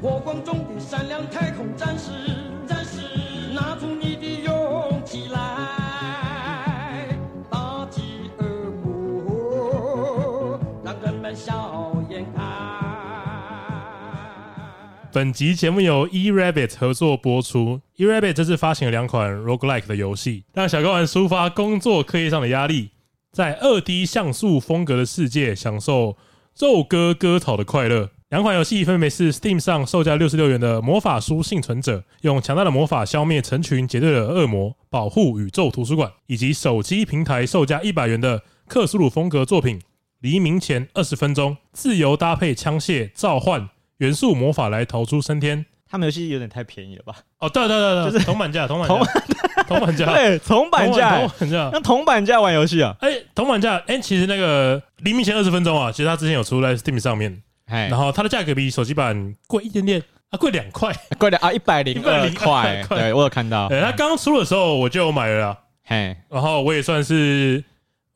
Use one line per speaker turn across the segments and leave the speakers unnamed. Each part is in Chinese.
火光中的闪亮太空战士，战士，拿出你的勇气来，打击恶魔，让人们笑颜开。
本集节目由 E Rabbit 合作播出。E Rabbit 这次发行了两款 roguelike 的游戏，让小高玩抒发工作、课业上的压力，在二 D 像素风格的世界享受肉鸽割草的快乐。两款游戏分别是 Steam 上售价六十六元的《魔法书幸存者》，用强大的魔法消灭成群结队的恶魔，保护宇宙图书馆，以及手机平台售价一百元的克苏鲁风格作品黎明前二十分钟，自由搭配枪械召唤元素魔法来逃出升天。
他们游戏有点太便宜了 吧？
哦，对对对对，
就是
铜板 价，铜板价，铜板价，
对，铜板价
铜，板价。
让铜板价玩游戏啊！
哎，铜板价，哎，其实那个黎明前二十分钟啊，其实它之前有出在 Steam 上面，
哎
然，后它的价格比手机版贵一点点，啊，贵两块。
贵点啊，一百零二
102
块，
块
对我有看到，
哎，它刚出的时候我就买了啦，
嘿，
然后我也算是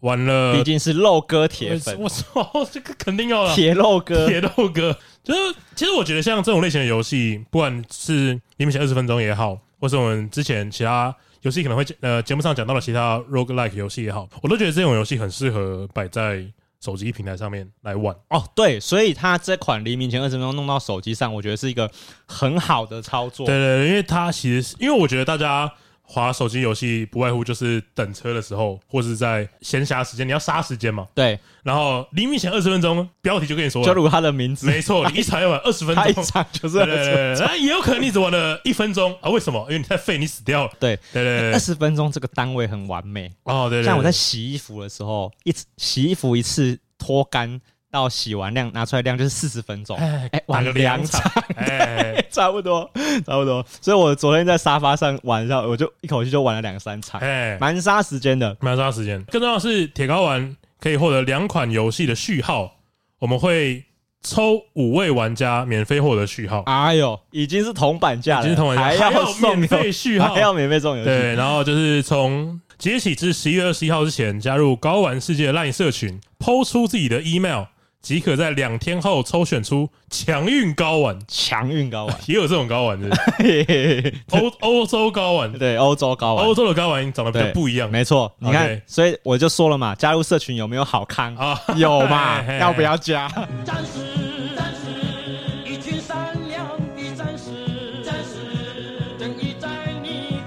玩了
毕，竟是肉哥铁粉，
我操， 这个肯定要了，
铁肉哥，
啊铁豆哥。就是其实我觉得像这种类型的游戏，不管是黎明前二十分钟也好，或是我们之前其他游戏可能会呃节目上讲到的其他 roguelike 游戏也好，我都觉得这种游戏很适合摆在手机平台上面来玩。
哦，对，所以他这款黎明前二十分钟弄到手机上，我觉得是一个很好的操作。
对对对，因为它其实是因为我觉得大家划手机游戏不外乎就是等车的时候，或是在闲暇时间，你要杀时间嘛。
对，
然后黎明前二十分钟标题就跟你说了，
就如他的名字，
没错，你一场要玩二十分
他一
钟。
场就是
对对对对，对那也有可能你只玩了一分钟啊？为什么？因为你太废，你死掉了。
对
对对对
二
对，
十分钟这个单位很完美。
哦对对，对
像我在洗衣服的时候，一次洗衣服一次脱干到洗完晾拿出来晾就是四十分钟，
哎
哎
打
玩
个
两
两场，哎
差不多，差不多。所以我昨天在沙发上玩一下，我就一口气就玩了两三 场，
哎，
蛮杀时间的。
蛮杀时间。更重要的是，铁睾丸可以获得两款游戏的序号，我们会抽五位玩家免费获得序号，
哎呦，已经是铜板价了，
已经同玩家
还
还
要
有
送
免费序号
还，要免费送游戏。
对，然后就是从即日起至十一月二十一号之前加入高玩世界的烂社群，抛出自己的 email，即可在两天后抽选出强运高玩，
强运高玩，
也有这种高玩的，
嘿嘿嘿
欧欧洲高玩，
对，欧洲高玩
欧，洲的高玩长得比较
对
不一样
没错。你看
OK，
所以我就说了嘛，加入社群有没有好康？
啊。
有嘛
嘿嘿？嘿
要不要加？
战士，战士，一群善良的战士，战士，正义在你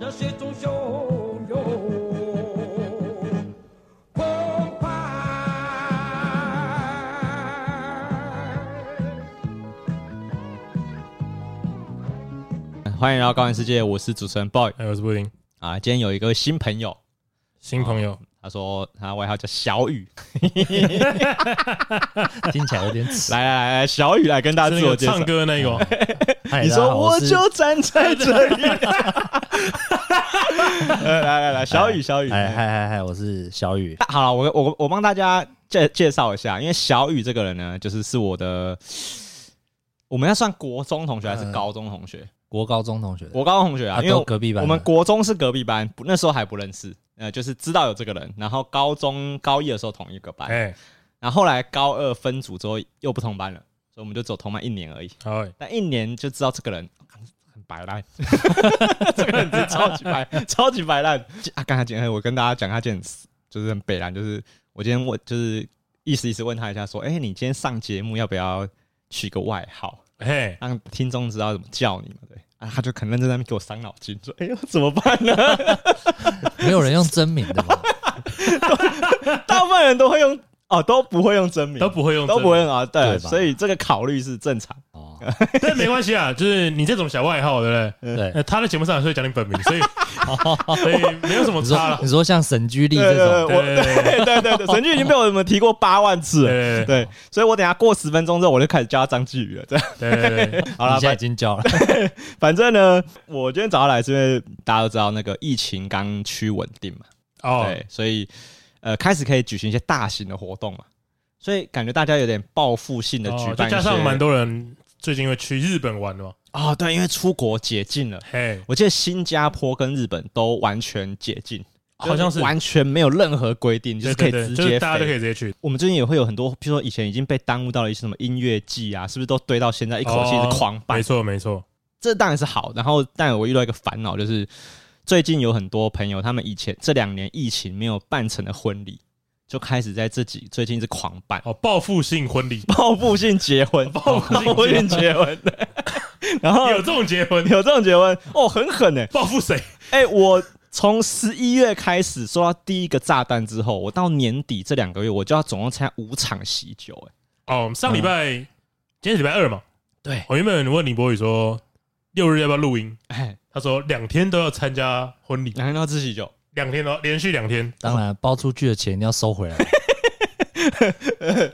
的热血中汹涌澎湃。
欢迎来到高玩世界，我是主持人 boy
哎，我是布丁，
啊。今天有一个新朋友，
新朋友，
他说他外号叫小雨，
听起来有点耻。
来来来来，小雨来跟大家
是
自
那
我
个
介绍哦
唱。歌那个吗，
嗨
你
大家
说
好
我哎
是
就站在这 里，来来来来，小雨小雨，
哎嗨嗨嗨，我是小 雨。
好了，我我我帮大家介介绍一下，因为小雨这个人呢，就是是我的，我们要算国中同学还是高中同学？
国高中同学，
国高中同嗯学啊，
啊
因为
都隔壁班
我
的
们国中是隔壁班，不那时候还不认识，呃，就是知道有这个人，然后高中高一的时候同一个 班，
哎，
然后后来高二分组之后又不同班了，所以我们就走同班一年而已，
好哎，
但一年就知道这个人。哦干很白 烂，这个人真的超级白， 超级白烂啊！刚才今天我跟大家讲，他今天很就是很北烂，就是我今天我就是意思意思问他一下，说，哎、你今天上节目要不要取个外号？
嘿，
让听众知道怎么叫你嘛，对啊，他就很认真在那边给我伤脑筋，说：“哎呦，怎么办 呢？
没有人用真名的吗？
大部分人都会用哦，都不会用真名，
都不会用，
都不会，用啊，对，
对吧
所以这个考虑是正常。
哦，
但没关系啊，就是你这种小外号，对不对？
对。
呃，他在节目上还是会讲你本名，所以所以没有什么
你
差
说
了。
你说像沈居立
对对
这种，
对，我
对对对
对对对对，神剧已经被我们提过八万次了，
对对
对，所以我等一下过十分钟之后，我就开始叫他张继宇了。这样
对对对对，
好了
你，现在已经叫了。
反正呢，我今天早上来是因为大家都知道那个疫情刚趋稳定嘛，
哦，
对，所以呃开始可以举行一些大型的活动嘛，所以感觉大家有点报复性的举
哦
办
再
一些，
加上蛮多人最近会去日本玩了嘛，
啊、对，因为出国解禁了，
嘿，
我记得新加坡跟日本都完全解禁，
好像是
就完全没有任何规定，就是可以
对对对
直
就是
接
大家都可以
飞。
直接去，
我们最近也会有很多，譬如说以前已经被耽误到了一些什么音乐季啊，是不是都堆到现在一口气
哦
是狂办
没？错没错，
这当然是好。然后，但我遇到一个烦恼，就是最近有很多朋友，他们以前这两年疫情没有办成的婚礼，就开始在自己最近是狂办
哦，报复性婚礼
报复性结婚， 报复性结婚。对 然后
有这种结婚，
有这种结婚哦，很狠呢、
报复谁？
哎、我从十一月开始收到第一个炸弹之后，我到年底这两个月，我就要总共参加五场喜酒、哎，
哦，我们上礼拜
啊
今天是礼拜二嘛，哦
对，
我原本问李博宇说六日要不要录音，
哎，
他说两天都要参加婚礼，
两天都要吃喜酒，
两天哦，连续两天，
当然包出去的钱一定要收回来。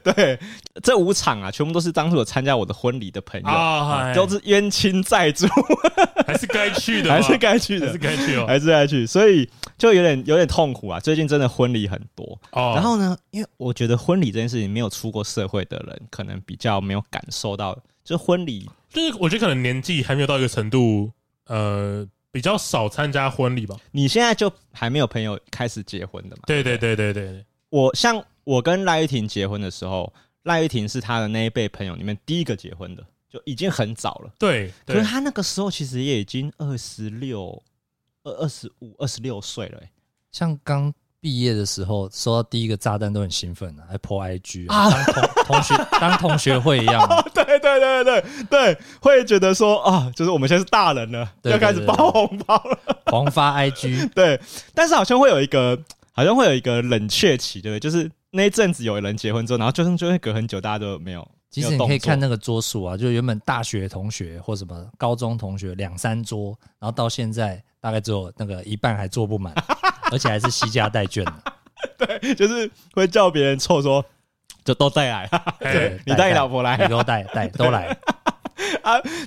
对，这五场啊，全部都是当初有参加我的婚礼的朋友，
啊，哎
都是冤亲债主，
还是该去的吧，
还是该去
还是
的，哎
该去哦。
还是该去，所以就有点有点痛苦啊。最近真的婚礼很多，
哦，
然后呢，因为我觉得婚礼这件事情没有出过社会的人，可能比较没有感受到，就是婚礼
就是我觉得可能年纪还没有到一个程度，呃，比较少参加婚礼吧。
你现在就还没有朋友开始结婚的嘛？
对
对
对对对对对，
我像我跟赖玉婷结婚的时候，赖玉婷是她的那一辈朋友里面第一个结婚的，就已经很早了。
对
可是
对，
她那个时候其实也已经二十六、二二十五、二十六岁了、欸，
像刚毕业的时候，收到第一个炸弹都很兴奋啊，还 po IG
啊
啊，当同同学当同学会一样啊。
对对对对对，会觉得说啊，就是我们现在是大人了，
对对对对
红包了。
狂发 IG，
对，但是好像会有一个，好像会有一个冷却期，对不对？就是那一阵子有人结婚之后，然后就就会隔很久，大家都没有。
其
没有
实你可以
动作
看那个桌数啊，就原本大学同学或什么高中同学两三桌，然后到现在大概只有那个一半还坐 不满，而且还是惜家带眷的。
就是会叫别人凑说，就都再来，啊
哎，
你带你老婆来啊
你都带 带都来，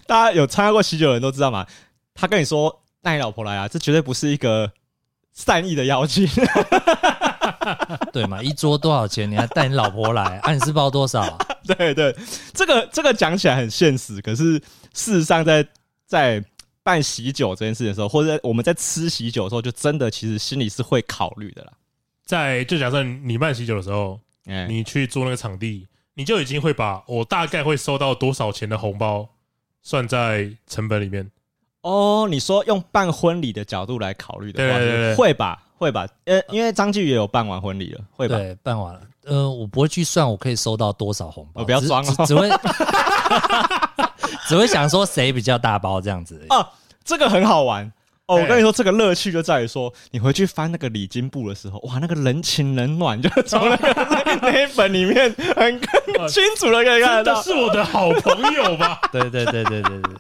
大家有参加过喜酒的人都知道嘛。他跟你说带你老婆来啊，这绝对不是一个善意的邀请，
对嘛？一桌多少钱？你还带你老 婆来，啊，你是包多少啊？
对对，这个这个讲起来很现实，可是事实上在在办喜酒这件事的时候，或者我们在吃喜酒的时候，就真的其实心里是会考虑的啦。
在就假设你办喜酒的时候，
哎、
你去租那个场地，你就已经会把我大概会收到多少钱的红包算在成本里 面。
哦，你说用办婚礼的角度来考虑的话，
对对对对
会吧，会吧，呃，因为张继宇也有办完婚礼了，会吧？
对，办完了。呃，我不会去算我可以收到多少红包，
哦不要
只
装哦
只只会 只会想说谁比较大包这样子。
啊，这个很好玩哦。我
哎
跟你说，这个乐趣就在于说，你回去翻那个礼金簿的时候，哇，那个人情冷暖，就是从那个 那一本里面很
哦
很清楚的可以
真的
看得到，
是我的好朋友 吧？
对对对对对对，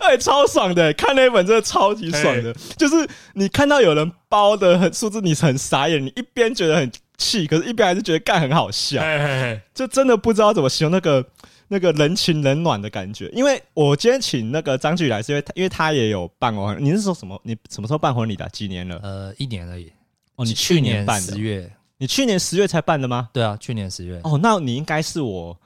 哎，超爽的，看那一本真的超级爽的，就是你看到有人包的很数字，你很傻眼，你一边觉得很气，可是一边还是觉得干很好笑。
哎哎哎，
就真的不知道怎么形容那个那个人情冷暖的感觉。因为我今天请那个张继宇来，是因为他因为他也有办过婚，你是说什么？你什么时候办婚礼的啊、几年了？
呃，一年而已。
哦，你
去
去年办
十
的，
月，
你去年十月才办的吗？
对啊，去年十月，
哦，那你应该是我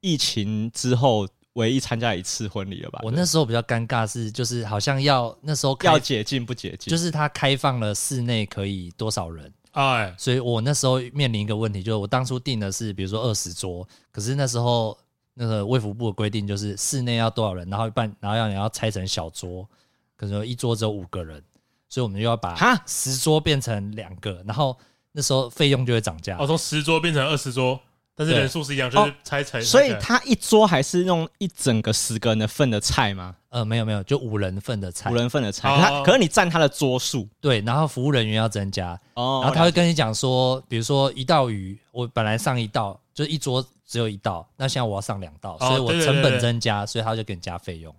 疫情之后唯一参加一次婚礼了吧？
我那时候比较尴尬是，就是好像要那时候
要
开，
解禁不解禁？
就是他开放了室内可以多少人，
哎，
所以我那时候面临一个问题，就是我当初定的是比如说二十桌，可是那时候那个卫福部的规定就是室内要多少人，然后一半，然后要你要拆成小桌，可能一桌只有五个人，所以我们又要把
哈
十桌变成两个，然后那时候费用就会涨价
哦，。从十桌变成二十桌，但是
对
人数是一样，就是
哦
猜猜。
所
猜
以
起来
他一桌还是用一整个十个人的份的菜吗？
呃，没有没有，就五人份的菜
五，人份的菜，
哦
他可是你占他的桌数
对，然后服务人员要增加，
哦
然后他会跟你讲说，比如说一道鱼，我本来上一道就是一桌只有一道，那现在我要上两道，
哦
所以我
对对
成
对
本
对
增加，所以他就给你加费用。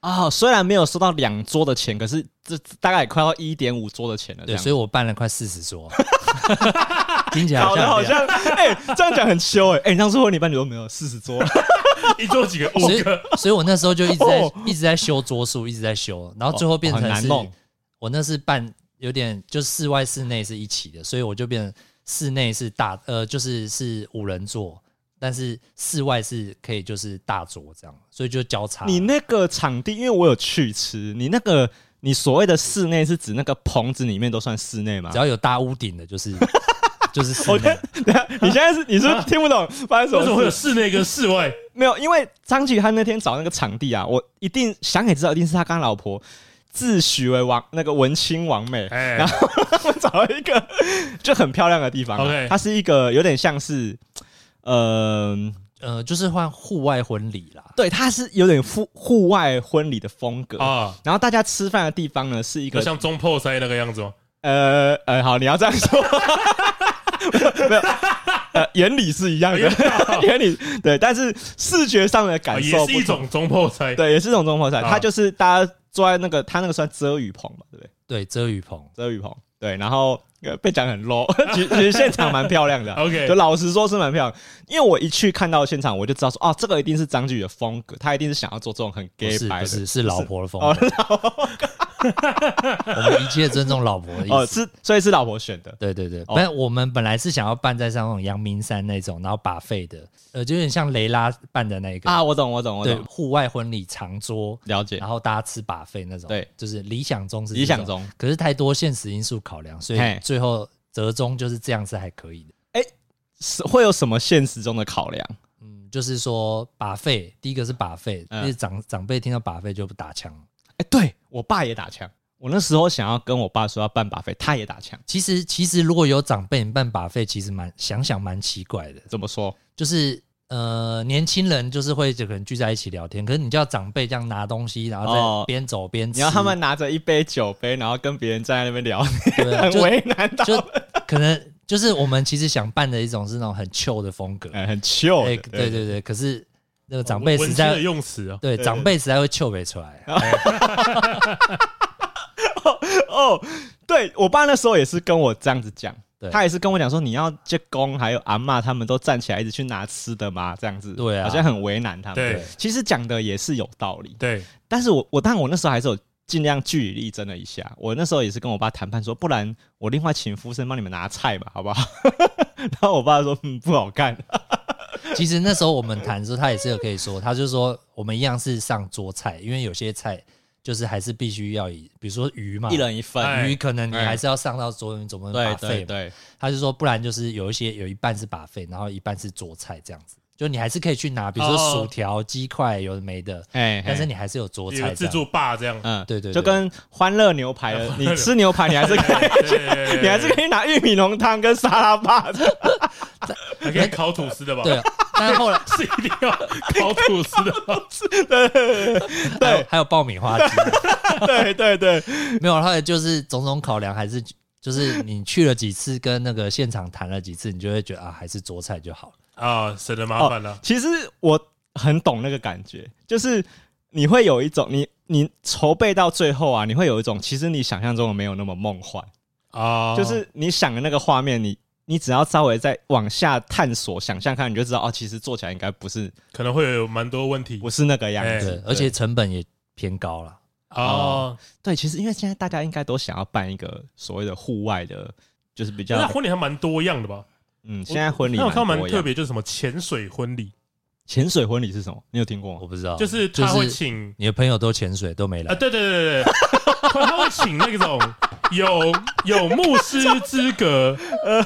哦，虽然没有收到两桌的钱，可是这这大概也快要一点五桌的钱了。
对，
这样
所以我办了快四 十桌，听起来
搞
好
得
像
好
很厉
像，
害
哎、这样讲很羞哎、哎、你当初婚礼办你都没有四十 桌，
一桌几个？五
所以
个。
所以我那时候就一直在、
哦
一直在修桌数，一直在修，然后最后变
哦
成
很
是，
难弄
我那是办有点就是室外室内是一起的，所以我就变成室内是大呃就是是五人座，但是室外是可以就是大桌这样，所以就交叉。
你那个场地，因为我有去吃，你那个你所谓的室内是指那个棚子里面都算室内吗
只？要有大屋顶的，就是 就是室
我
内
看，等一下 你现在是你是不是听不懂发生什
为什么
么
会
事
有？室内跟室外？
没有，因为张启汉那天找那个场地啊，我一定想也知道，一定是他跟他老婆自诩为王那个文青王美，
哎
然，后他们找了一个就很漂亮的地方啊、
OK
它是一个有点像是，呃，
呃，就是换户外婚礼啦。
对，它是有点户户外婚礼的风格。
啊，
然后大家吃饭的地方呢，是一
就
个
像中破塞那个样子 吗？
呃呃，好，你要这样 说，没有，呃，原理是一样
哎
的，原理对，但是视觉上的
啊
感
也
受
是
不
一
同，
种中破塞。
对，也是一种中国菜，
啊
它就是大家坐在那个，它那个算遮雨棚嘛，对不对？
对，遮雨棚，
遮雨棚，对，然后呃被讲很 low，其 实其实现场蛮漂亮的啊，就
OK，
老实说，是蛮漂亮。因为我一去看到现场，我就知道说，哦，这个一定是张继宇的风格，他一定是想要做这种很
不
gay
是
白
不
的
是。是老婆的风
哦
格。我们一切尊重老婆的意
哦，
思。
是，所以是老婆选的。
对对对，
哦
本来我们本来是想要办在像那种阳明山那种，然后把费的，呃，就有点像雷拉办的那个，
啊，我懂，我懂，我
对，
懂，
户外婚礼长桌，
了解
然，后大家吃把费那种，
对，
就是理想中是这种
理想，中。
可是太多现实因素考量，所以
嘿
最后折中就是这样是还可以的。
是会有什么现实中的考量？
嗯，就是说把费，第一个是把费，
嗯
就是长长辈听到把费就不打枪。
哎、对我爸也打枪。我那时候想要跟我爸说要办把费，他也打枪。
其实其实如果有长辈你办把费，其实蛮想想蛮奇怪的，
怎么说？
就是。呃，年轻人就是会就可能聚在一起聊天，可是你叫长辈这样拿东西，然后
哦
在边走边吃，
你要他们拿着一杯酒杯，然后跟别人在那边聊，
对啊
很
就
为难到，
就可能就是我们其实想办的一种是那种很 chill 的风格，
哎、很 chill 的、哦
哎对对对，可是那个长辈
文
实
文青的
在
用词啊，
对
对
长辈实在会 chill 不出来， 啊
哦，对我爸那时候也是跟我这样子讲
对，
他也是跟我讲说，你要借公还有阿嬷他们都站起来一直去拿吃的嘛，这样子，
对啊
好像很为难他们。
对
其实讲的也是有道理，
对，
但是我我但我那时候还是有尽量据理力争了一下，我那时候也是跟我爸谈判说，不然我另外请服务生帮你们拿菜吧，好 不好？然后我爸说，嗯，不好干，
其实那时候我们谈的时候，他也是有可以说，他就说我们一样是上桌菜，因为有些菜就是还是必须要以，比如说鱼嘛，
一人一份，
哎
鱼可能你
哎
还是要上到桌，你总不能
对
把
对
费嘛。
对，
他就说，不然就是有一些有一半是把费，然后一半是桌菜这样子，就你还是可以去拿，比如说
哦
薯条、鸡块有的没的，
哎，
但是
哎
你还是有桌
一个
菜这
自
样。
助霸这样，
嗯
对对对
就跟欢乐牛排了，你吃牛排你还是可以。
对对对对
你还是可以拿玉米浓汤跟沙拉吧。
还可以烤吐司的
啊
吧？
对，啊但是后来
是一定要烤吐司的吧。
还有还有爆米花机，
对对对，
没有，后来就是种种考量，还是就是你去了几次，跟那个现场谈了几次，你就会觉得啊，还是桌菜就好了。
啊，省了麻烦了。
其实我很懂那个感觉，就是你会有一种你你筹备到最后啊，你会有一种其实你想象中的没有那么梦幻，
啊，
哦就是你想的那个画面，你你只要稍微再往下探索、想象看，你就知道哦，其实做起来应该不是
可能会有蛮多问题
不是那个样
哎
子。
对，而且成本也偏高了。
啊。
对，其实因为现在大家应该都想要办一个所谓的户外的，就是比
那
较
婚礼还蛮多样的吧？
嗯，现在婚礼
那我看到
蛮
蛮
多
特
样
别，就是什么潜水婚礼，
潜水婚礼是什么？你有听过吗
我？不知道，
就是
哦就
他会
是
请
你的朋友都潜水都没
啊，
来，
对对对对 对，他会请那种有有牧师资格，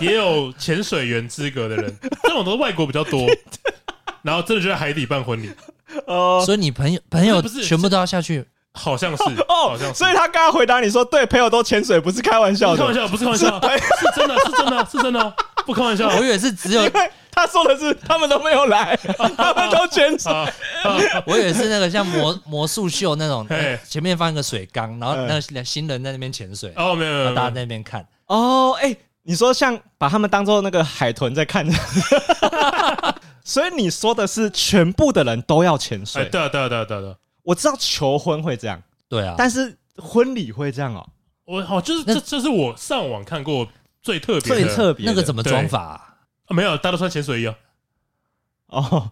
也有潜水员资格的人，这种都是外国比较多。然后真的就在海底办婚礼，
哦
所以你朋友朋友
不是不是
全部都要下去。
好像是好
哦
像，是
所以他刚刚回答你说，对，朋友都潜水，不是开玩笑
不是开玩
的，
笑，不是开玩笑，是真的，是真的，是真的哦，不开玩笑。
我以为是只有
因，为他说的是他们都没有 来，他们都 潜水。
啊，
我以为是那个像魔 魔术秀那种哎
嘿，
前面放一个水缸，然后
嗯
那个新人在那边潜水，然
哦，没有没有
后
没
大家
有
在，那边看。
哦，哎、 你说像把他们当做那个海豚在 看，所以你说的是全部的人都要潜水？
哎，对啊对啊对啊对啊对啊，
我知道求婚会这样，
对啊，
但是婚礼会这样哦，
我好就是
那
这这是我上网看过最特别
最
的，
特别的
那个怎么
对
装法啊？
啊没有，大家都穿潜水衣啊，
哦。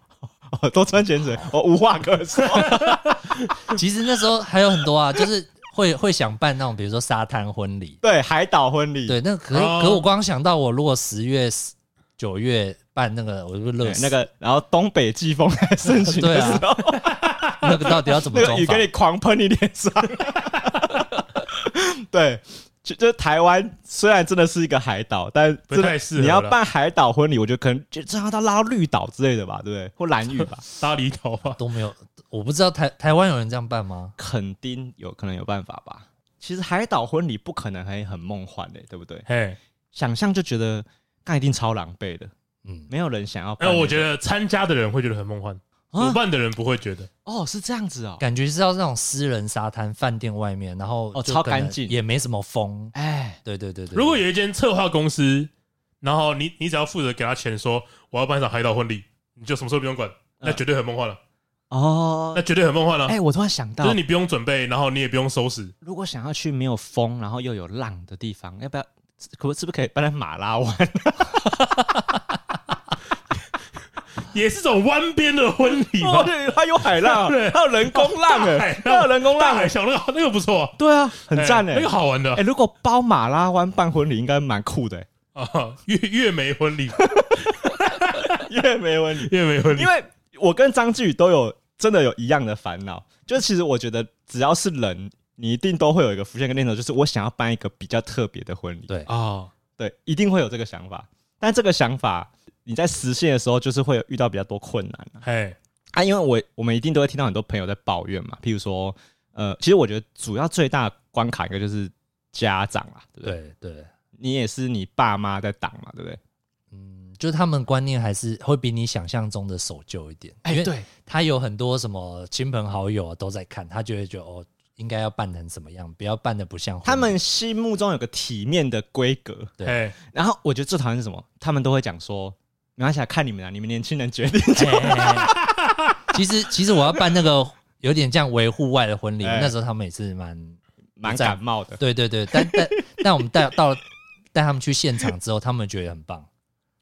哦，都穿潜水，我、无话可 说。
其实那时候还有很多 啊，就是会会想办那种，比如说沙滩婚礼，
对，海岛婚礼，
对，那可、
哦
可我光想到我如果十月、10九月办那个，我就乐
对，
死。
那个，然后东北季风来盛行
对
的
啊
时候，
那个到底要怎么
那个
装
雨
法
给？你狂喷你脸上。 对，就就台湾虽然真的是一个海岛，但
不
真的
太适合
你要
啦
办海岛婚礼，我觉得可能就让他拉到绿岛之类的吧，对不对？或蓝 屿吧，
巴厘岛吧，
都没有，我不知道台台湾有人这样办吗？
肯定有可能有办法吧。其实海岛婚礼不可能还很梦幻的、对不对？
嘿，
想象就觉得干一定超狼狈的，
嗯，
没有人想要办
哎，
那个。
我觉得参加的人会觉得很梦幻，
啊
主办的人不会觉得。
哦是这样子哦，
感觉是要那种私人沙滩饭店外面，然后
哦
就
超
可能
干净
也没什么风。
哎，
对对对对，
如果有一间策划公司，然后你你只要负责给他钱，说我要办一场海岛婚礼，你就什么时候不用管，
啊
那绝对很梦幻了，
哦
那，绝对很梦幻了
哎、。我突然想到，
就是你不用准备，然后你也不用收拾，
如果想要去没有风，然后又有浪的地方，要不要？可不是不是可以搬在马拉湾？
也是种湾边的婚礼
哦，
嘛。，
对，它有海浪
对
还有人工
大
浪
海
哎
浪，
还有人工
大
浪
海
哎，
小那个那个不错，
对啊，很赞哎，
那个好玩的
哎，如果包马拉湾办婚礼，应该蛮酷 的哎，
啊，月月梅婚礼，
因为没问题，
月梅婚礼
因，为我跟张继宇都有真的有一样的烦恼，就是其实我觉得只要是人，你一定都会有一个浮现跟念头，就是我想要办一个比较特别的婚礼，
对
啊，
对，一定会有这个想法，但这个想法你在实现的时候，就是会有遇到比较多困难啊。
嘿，
啊，因为我我们一定都会听到很多朋友在抱怨嘛，譬如说，呃，其实我觉得主要最大的关卡应该就是家长啦，对不对？
对对，
你也是你爸妈在挡嘛，对不对？
嗯，就是他们观念还是会比你想象中的守旧一点。因为
哎对，
他有很多什么亲朋好友啊都在看，他就会觉得哦，应该要办成什么样，不要办的不像婚礼
他们心目中有个体面的规格，
对
嘿，
然后我觉得最讨厌是什么？他们都会讲说，没关系啊，看你们啊，你们年轻人决定。
哎哎哎哎其实其实我要办那个有点像维护外的婚礼，
哎
那时候他们也是蛮
蛮感 冒的，
对对对，但但但我们带到带他们去现场之后，他们觉得很棒，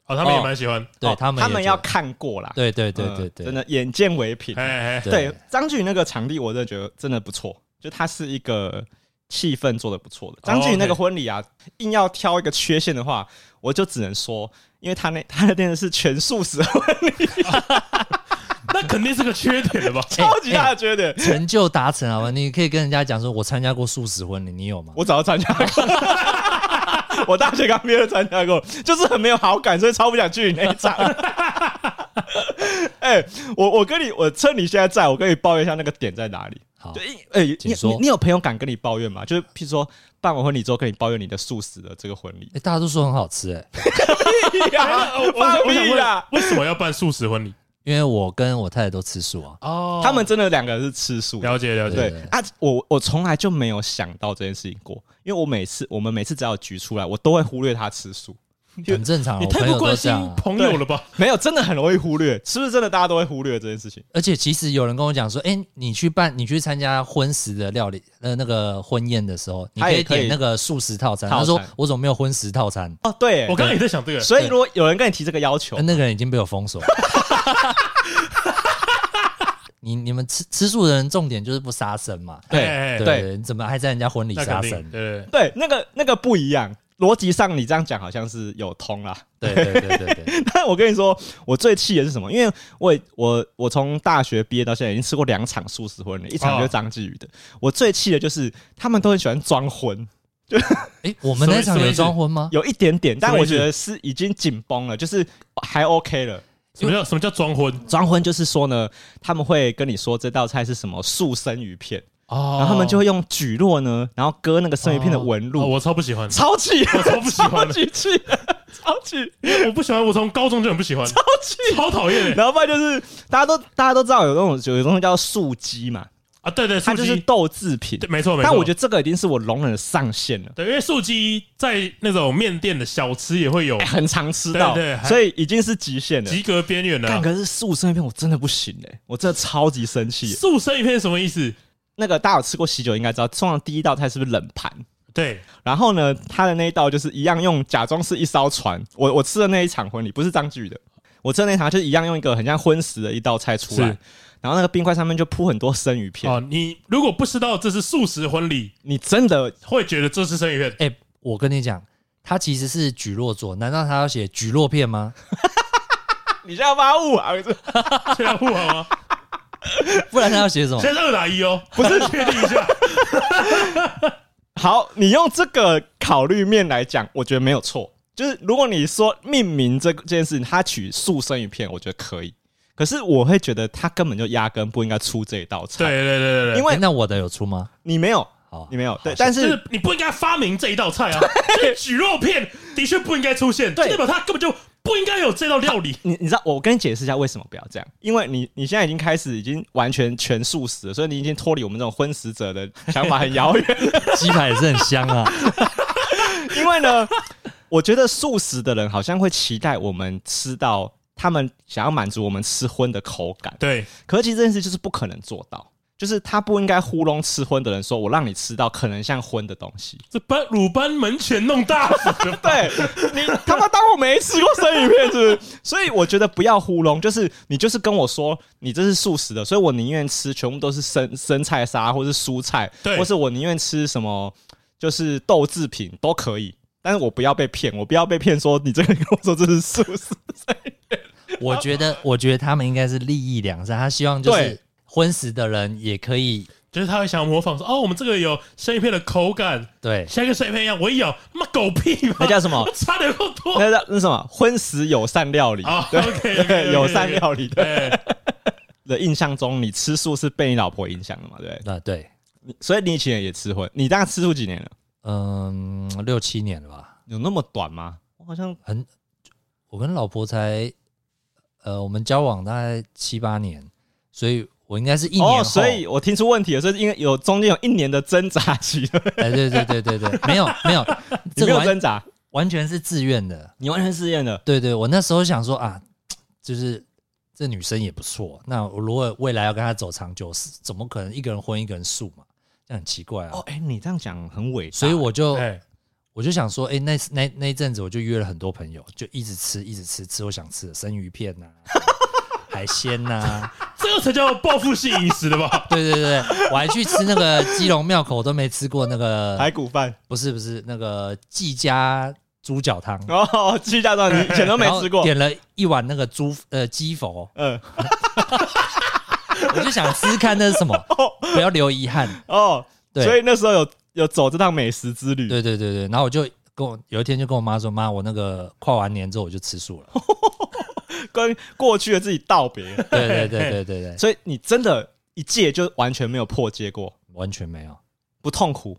好，他们也蛮喜欢，
对、
哦
他们
他
也
们
觉
要
得
看过啦。
对对对
嗯
对
呃
对，
真的眼见为凭。
嘿嘿，
对，张俊宇那个场地，我真的觉得真的不错，就它是一个气氛做的不错的。张俊宇那个
OK
婚礼啊，硬要挑一个缺陷的话，我就只能说，因为他那他那天是全素食，
那肯定是个缺点的吧？
超级大的缺点。
成就达成啊！你可以跟人家讲说，我参加过素食婚礼，你有吗？
我早就参加过， 我大学刚毕业就参加过，就是很没有好感，所以超不想去你那一场。 哎、我我跟你，我趁你现在在，我跟你抱怨一下那个点在哪里。
好
就，哎、你
请
你
说，
你有朋友敢跟你抱怨吗？就是譬如说办完婚礼之后跟你抱怨你的素食的这个婚 礼
诶大家都说很好吃哎、
我我
放
我想
屁
问
啦，！
为什么要办素食婚礼？
因为我跟我太太都吃素啊，
哦
他们真的两个人是吃素的，
了解了解，
对啊，我我从来就没有想到这件事情过，因为我每次我们每次只要有局出来，我都会忽略他吃素。
很正常啊，
你
我
太
朋
不
友
关
都
心
这样、啊。
朋友了吧？
没有，真的很容易忽略，是不是真的？大家都会忽略这件事情。
而且其实有人跟我讲说，哎、你去办你去参加婚食的料理呃那个婚宴的时候，你
他
可
也
以
可以
点那个素食套餐。
套
他说
餐
我怎么没有荤食套餐？
哦，对，嗯
我刚刚也在想这个，
所以如果有人跟你提这个要求
呃，那个人已经被我封锁了。 你你们吃吃素的人，重点就是不杀生嘛。
对
哎，哎
对，
哎
你怎么还在人家婚礼
那
杀
肯定，
生？
对，
对，那个那个不一样，逻辑上你这样讲好像是有通啦。
对对对对对，
但我跟你说，我最气的是什么？因为我也我我从大学毕业到现在已经吃过两场素食婚礼，一场就是张继宇的。我最气的就是他们都很喜欢装婚，
哎，我们那
什
场
么意
有
思
装婚吗？
有一点点，但
什么
我
意思
觉得是已经紧绷了，就是还 OK 了。
什么叫什么叫装婚？
装婚就是说呢，他们会跟你说这道菜是什么素生鱼片，
哦
然后他们就会用蒟蒻呢，然后割那个生鱼片的纹
哦
路，
我超不喜 欢，
超气，
我超不喜欢
超级气的，超气，
我不喜欢，我从高中就很不喜欢，
超气。
超讨厌欸 的
然后不然就是大家都大家都知道有那种有一种东西叫素鸡嘛，
啊！对对，
它
素
就是
鸡，
豆制品
对，，没错没错。
但我觉
得
得这个已经是我容忍的上限了。
对，因为素鸡在那种面店的小吃也会有
哎很常吃到
对对，还
所以已经是极限了。
及格边缘的
干
啊。
可是素生鱼片我真的不行哎、我真的超级生气。
素生鱼片是什么意思？
那个大家有吃过喜酒应该知道，通常第一道菜是不是冷盘？
对，
然后呢，他的那一道就是一样用假装是一艘船。我我吃的那一场婚礼不是张继宇的，我吃的那一场就是一样用一个很像荤食的一道菜出来
是，
然后那个冰块上面就铺很多生鱼片。
哦，你如果不知道这是素食婚礼，
你真的
会觉得这是生鱼 片。
哎，我跟你讲，他其实是举落座，难道他要写举落片吗？
你现在发物啊？我这
现在不好吗？
不然他要写什么？
哦现在是二打一哦，不是确定一下。
好，你用这个考虑面来讲，我觉得没有错。就是如果你说命名这这件事情，它取素生鱼片，我觉得可以。可是我会觉得它根本就压根不应该出这一道 菜，
对对对对对，
因为
诶那我的有出吗？
你没有，
好
你没有，对，但
就是是你不应该发明这一道 菜啊！这蒟肉片的确不应该出现，
对
就代表它根本就不应该有这道料理。
你你知道，我跟你解释一下为什么不要这样，因为你你现在已经开始已经完全全素食了，所以你已经脱离我们这种荤食者的想法很遥远。
鸡排也是很香啊，
因为呢，我觉得素食的人好像会期待我们吃到他们想要满足我们吃荤的口感，
对，
可是其实这件事就是不可能做到，就是他不应该糊弄吃荤的人说，我让你吃到可能像荤的东西。
这班鲁班门前弄大 斧，
对你他妈当我没吃过生鱼片是不是？所以我觉得不要糊弄，就是你就是跟我说你这是素食的，所以我宁愿吃全部都是生生菜沙或是蔬菜，
对
或是我宁愿吃什么就是豆制品都可以。但是我不要被骗，我不要被骗说你这个跟我说这是素食，
我觉得，我觉得他们应该是利益良善，他希望就是
对
荤食的人也可以
就是他会想模仿说：“哦，我们这个有生鱼片的口感，
对
像一个生鱼片一样。”我一咬，他妈狗屁嘛！
那叫什么
我差点够多。
那叫那什么荤食友善料理，
啊
对
OK，OK，OK，
哦对友善料理的
对，
的印象中，你吃素是被你老婆影响的嘛？对不对，
啊对，
所以你以前也吃荤，你大概吃素几年了？
嗯，六七年了吧，
有那么短吗？我好像
很，我跟老婆才呃，我们交往大概七八年，所以我应该是一年后，
哦，所以我听出问题了，所以因为有中间有一年的挣扎期，
哎对对对 对对，没有没有，
你
这
没
个
有
完
挣扎，
完全是自愿的，
你完全试验了。
对对，我那时候想说啊，就是这女生也不错，那我如果未来要跟她走长久，是怎么可能一个人婚一个人素嘛？这样很奇怪啊。
哦，哎、啊你这样讲很伟大，
所以我就
哎，
我就想说，哎、那那那一阵子我就约了很多朋友，就一直吃一直吃吃我想吃的生鱼 片呐、海鲜啊呐、
这个才叫报复性饮食的吧？
对对对，我还去吃那个基隆庙口我都没吃过那
排
个，
骨饭
不是不是那个季家猪脚汤，
哦，鸡架蛋你以前都没
然后
吃过，
点了一碗那个猪呃鸡佛，
嗯，
我就想试试看那是什 么，不要留遗憾。
哦，
对
所以那时候有有走这趟美食之旅，
对对对对，然后我就跟我有一天就跟我妈说，妈，我那个跨完年之后我就 吃素了。
跟过去的自己道别，
对对对对对对，
所以你真的，一戒就完全没有破戒过，
完全没有
不痛苦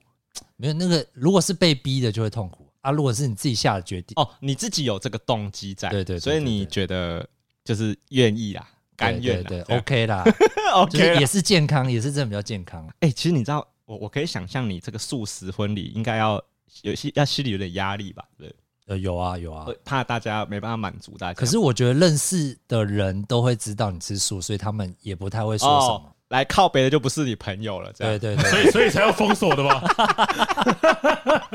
没有那个，如果是被逼的就会痛苦啊，如果是你自己下的决定，
哦，你自己有这个动机在，
对对对
所以你
对对
觉得就是愿意啦，甘愿啦，
对对
这 样
对，OK 啦，就
OK
是
啦
也是健康，也是真的比较健康。
哎、其实你知道，我我可以想象你这个素食婚礼应该要有些要心里有点压力吧？对，
呃，有啊有啊
会，怕大家没办法满足大家。
可是我觉得认识的人都会知道你吃素，所以他们也不太会说什么。
哦、来靠北的就不是你朋友了，这
对
样
对对，
所以所以才要封锁的吧？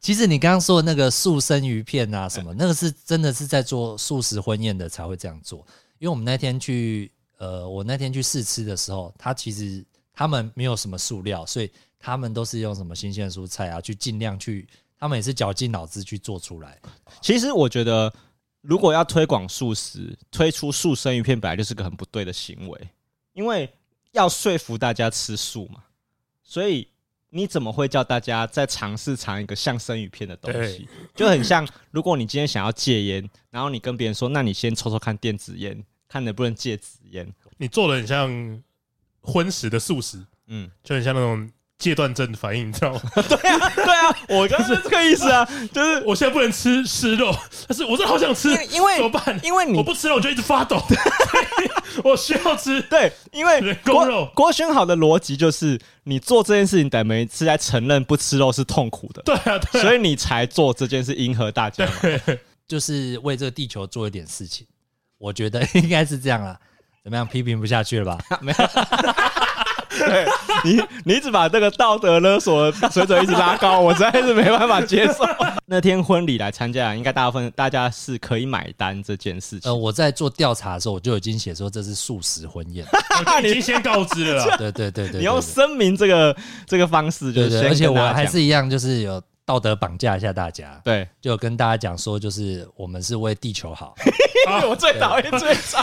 其实你刚刚说的那个素生鱼片啊，什么那个是真的是在做素食婚宴的才会这样做，因为我们那天去，呃，我那天去试吃的时候，他其实他们没有什么塑料，所以他们都是用什么新鲜的蔬菜啊，去尽量去，他们也是绞尽脑汁去做出来。
其实我觉得，如果要推广素食，推出素生鱼片本来就是个很不对的行为，因为要说服大家吃素嘛，所以。你怎么会叫大家再尝试尝一个像生鱼片的东西？就很像，如果你今天想要戒烟，然后你跟别人说，那你先抽抽看电子烟，看能不能戒纸烟。
你做的很像荤食的素食，
嗯，
就很像那种戒断症反应，你知 道吗？
对啊，我刚刚是这个意思啊，就是
我现在不能吃吃肉，但是我真的好想吃，
因为
怎么办？
因为
我
你
不吃了，我就一直发 抖，我需要吃。
对，因为
人工
郭
肉
郭轩好的逻辑就是，你做这件事情等于是在承认不吃肉是痛苦的，
对啊，对啊，
所以你才做这件事迎合大家嘛。
就是为这个地球做一点事情，我觉得应该是这样啦。怎么样，批评不下去了吧？
对你你一直把这个道德勒索的水准一直拉高，我实在是没办法接 受。那天婚礼来参加，应该大部分大家是可以买单这件事情
呃，。我在做调查的时候，我就已经写说这是素食婚 宴。
啊我已经先告知了啦。
对对对对对对
你用声明这个这个方式，就
对
是
对，
先
而且
跟
我
大家
还
讲
是一样，就是有道德绑架一下大家，
对，
就有跟大家讲说，就是我们是为地 球好，啊
我最讨厌最早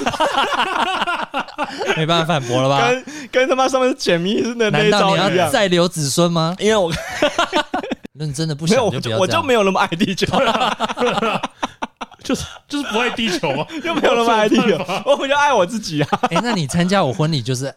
没办法反驳了吧？
跟跟他妈上面解谜是那那
难
一
道
招
你
一
要
样，
再留子孙吗？
因为我
那你真的不
没
想
有我
就不
就
要
我
这
就
样。
没有那么爱地球了，
就是就是不爱地球 啊，
就没有那么爱地
有
球
办法，
我比较爱我自己啊。
哎，那你参加我婚礼就是，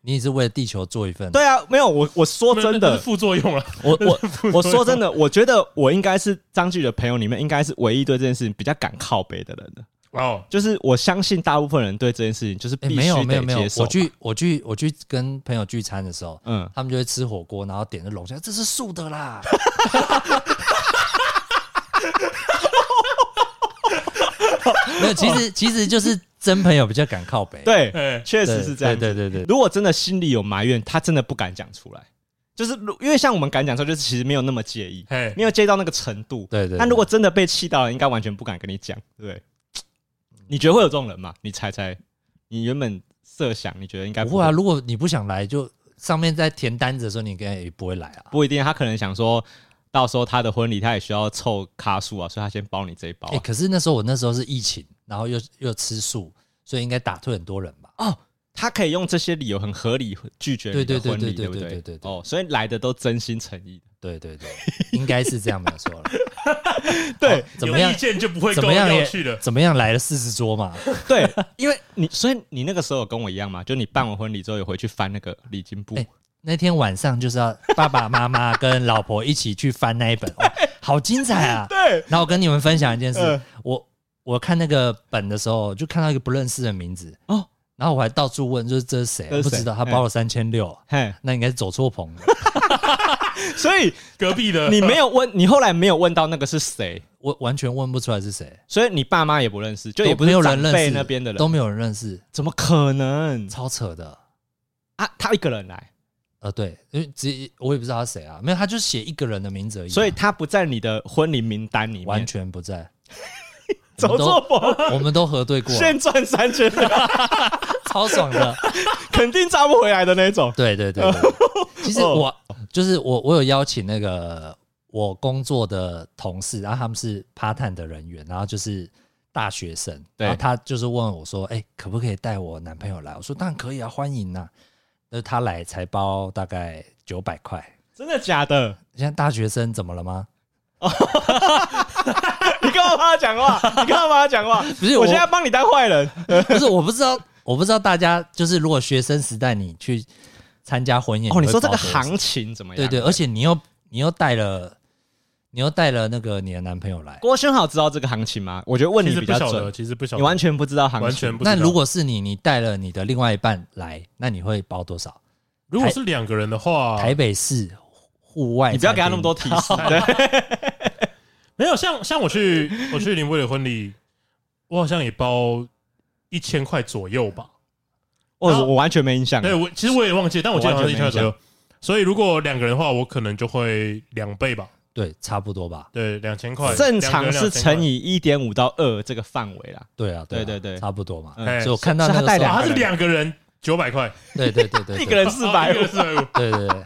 你也是为了地球做一 份。
对啊，没有我我说真
那那
的
是，副作用了。
我 我我说真的，我觉得我应该是张继宇的朋友里面，应该是唯一对这件事情比较敢靠背的人了。
哦，
就是我相信大部分人对这件事情就是
哎，
必
没有
须
没有
得
没有
接，受。
我去我去我去跟朋友聚餐的时候，
嗯，
他们就会吃火锅，然后点的龙虾，这是素的啦。 没有，其实其实就是真朋友比较敢靠北，
对，
哎，
确
对，
实是这样。
对对对对，
如果真的心里有埋怨，他真的不敢讲出来，就是如因为像我们敢讲出来，就是其实没有那么介意，
哎，
没有介意到那个程度。
对对
但如果真的被气到了，应该完全不敢跟你讲，对不对？你觉得会有这种人吗？你猜猜，你原本设想你觉得应该
不会啊，如果你不想来，就上面在填单子的时候，你应该也不会来啊。
不一定，他可能想说，到时候他的婚礼他也需要凑咖数啊，所以他先包你这一包
哎、
啊、
可是那时候我那时候是疫情，然后又又吃素，所以应该打退很多人吧？
哦他可以用这些理由很合理拒绝你
对
的
对
婚礼，
对对
不
对对对对
哦，所以来的都真心诚 意的。
对对对，应该是这样没有错了。
对哦
好怎么样
有意？见就不会
怎
跟
么
我
样
要
也
去的？
怎么样来了四十桌嘛？
对，因为你，所以你那个时候有跟我一样嘛，就你办完婚礼之后有回去翻那个礼金簿，
哎那天晚上就是要爸爸妈妈跟老婆一起去翻那 一本，哦、好精彩啊！
对，
然后我跟你们分享一件事，
嗯
我我看那个本的时候，就看到一个不认识的名字
哦
哦，然后我还到处问，就是这是谁？啊
这是
不
谁嗯
知道，他包了三千六，
嘿，
那应该是走错棚 了。
所以
隔壁的
你没有问，你后来没有问到那个是谁，
我完全问不出来是谁，
所以你爸妈也不认识，就
都
也不
没
是
有人
长
认识
辈那边的人
都，没有人认识，
怎么可能
超扯的。
啊？他一个人来，
呃，对，因为直我也不知道他谁啊，没有，他就写一个人的名字而已嘛，
所以他不在你的婚礼名单里
完
面，
全 不在。
走错棚。
我们都核对过，
现赚三千六，
超爽的。
肯定扎不回来的那种。
对对对对其实
哦
我就是我，我有邀请那个我工作的同事，然后他们是趴探的人员，然后就是大学生，
对
然后他就是问我说：“哎、可不可以带我男朋友来？”我说：“当然可以啊，欢迎呐、那他来才包大概九百块。
真的假的？
现在大学生怎么了吗？
你干嘛帮他讲话？ 你干嘛帮他讲话？
不是
我
我
现在帮你当坏人。
不是，我不知道，我不知道大家就是如果学生时代你去参加婚宴，
哦，你
会
说这个
包多少
行情怎么
对
样？
对，而且你又你又带了，你又带了那个你的男朋友来。
郭轩豪知道这个行情吗？我觉得问
其
你
实
比
不
较
晓得，
准，
其实不晓
你
得，
完全不知道行情。
完全不知道。
那如果是你，你带了你的另外一半来，那你会包多少？
如果是两个人的话，
台北市户外，
啊你不要给他那么多。提示。 对，
没有像像我去我去林威的婚礼，我好像也包一千块左右吧。
我我完全没印象。
对我其实我也忘记了，但我记得好像是一千块左
我
右。所以如果两个人的话，我可能就会两倍吧，
对，差不多吧。
对，两千块。
正常是乘
以，
以一点五到二这个范围啦。
对啊，啊
对对对
差不多嘛。
嗯
哎
所以我看到
是
那
他
个
带
时候
两
啊，
个
他是两个人九百块， 哦
对对对 对，对
一个人四百五，
四百五，
对对对，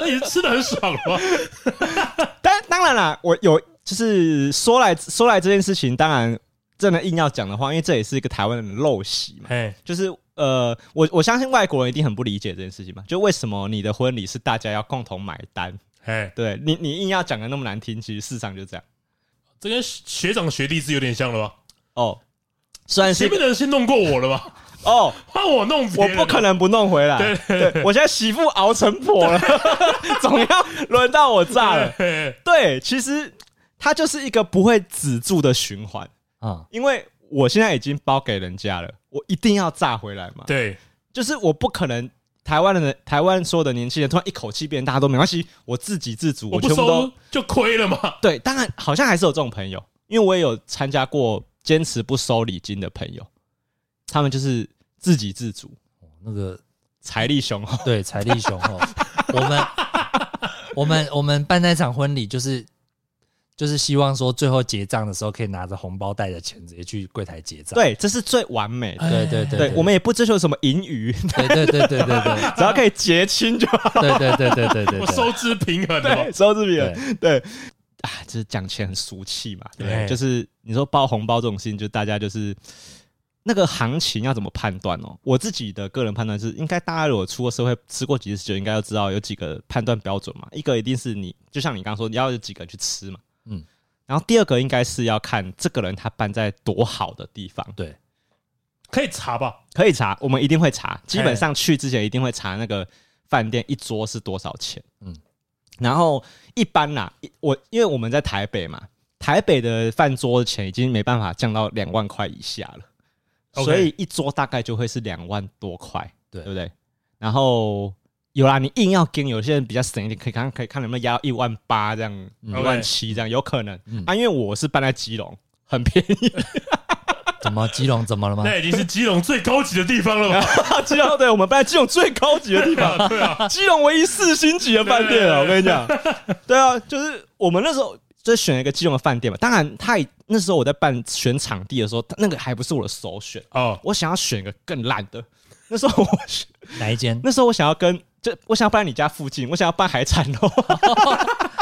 那也是吃的很爽了 吧？
但当然啦，我有就是说来说来这件事情，当然真的硬要讲的话，因为这也是一个台湾人的陋习嘛。
哎，
就是呃，我我相信外国人一定很不理解这件事情嘛，就为什么你的婚礼是大家要共同买单？
哎，
对你，你硬要讲的那么难听，其实市场就这样。
这跟学长学弟是有点像了吧？
哦，虽然是
前面的人先弄过我了 吧？
哦，
换我弄别
我
人了，
不可能不弄回来。对我现在媳妇熬成婆 了，总要轮到我炸了。
哎。
对，其实它就是一个不会止住的循环，
啊，
因为我现在已经包给人家了，我一定要炸回来嘛。
对，
就是我不可能台湾人的台湾所有的年轻人突然一口气变大，都没关系，我自给自足，
我不
全部都
收就亏了嘛。
对。当然，好像还是有这种朋友，因为我也有参加过坚持不收礼金的朋友，他们就是自给自足，
那个
财力雄厚。
对财力 雄厚。我们我们我们办那场婚礼就是就是希望说最后结账的时候可以拿着红包带着钱直接去柜台结账。
对，这是最完美的。
对哎对对
对，我们也不追求什么盈余，
对对对对对对对
只要可以结清就好。
对对对对对对
我
对
收支平衡
对，
的，
收支比
对
对啊，就是讲钱很俗气嘛，对不对？
对
就是你说包红包这种事情，就大家就是那个行情要怎么判断哦？我自己的个人判断是，应该大家如果出过社会、吃过几次酒，应该要知道有几个判断标准嘛。一个一定是你，就像你刚刚说，你要有几个人去吃嘛，嗯
嗯。
然后第二个应该是要看这个人他办在多好的地方，
对，
可以查吧？
可以查，我们一定会查，基本上去之前一定会查那个饭店一桌是多少钱。嗯
嗯，
然后一般啦，一我因为我们在台北嘛，台北的饭桌的钱已经没办法降到两万块以下了，
OK
所以一桌大概就会是两万多块，
对
对不对？然后有啦，你硬要跟有些人比较省一点，可以看可以看能不能压到一万八这样，一万七这样，有可能、啊，因为我是办在基隆，很便宜。
怎么基隆怎么了 吗？
那已经是基隆最高级的地方了吧？
基隆 对，我们办在基隆最高级的地方，
对啊，
基隆唯一四星级的饭店啊！我跟你讲，对啊，就是我们那时候就选了一个基隆的饭店嘛。当然，他也那时候我在办选场地的时候，那个还不是我的首选，
哦，
我想要选一个更烂的。那时候我选？
哪一间
那时候我想要跟就我想要办你家附近，我想要办海产 楼。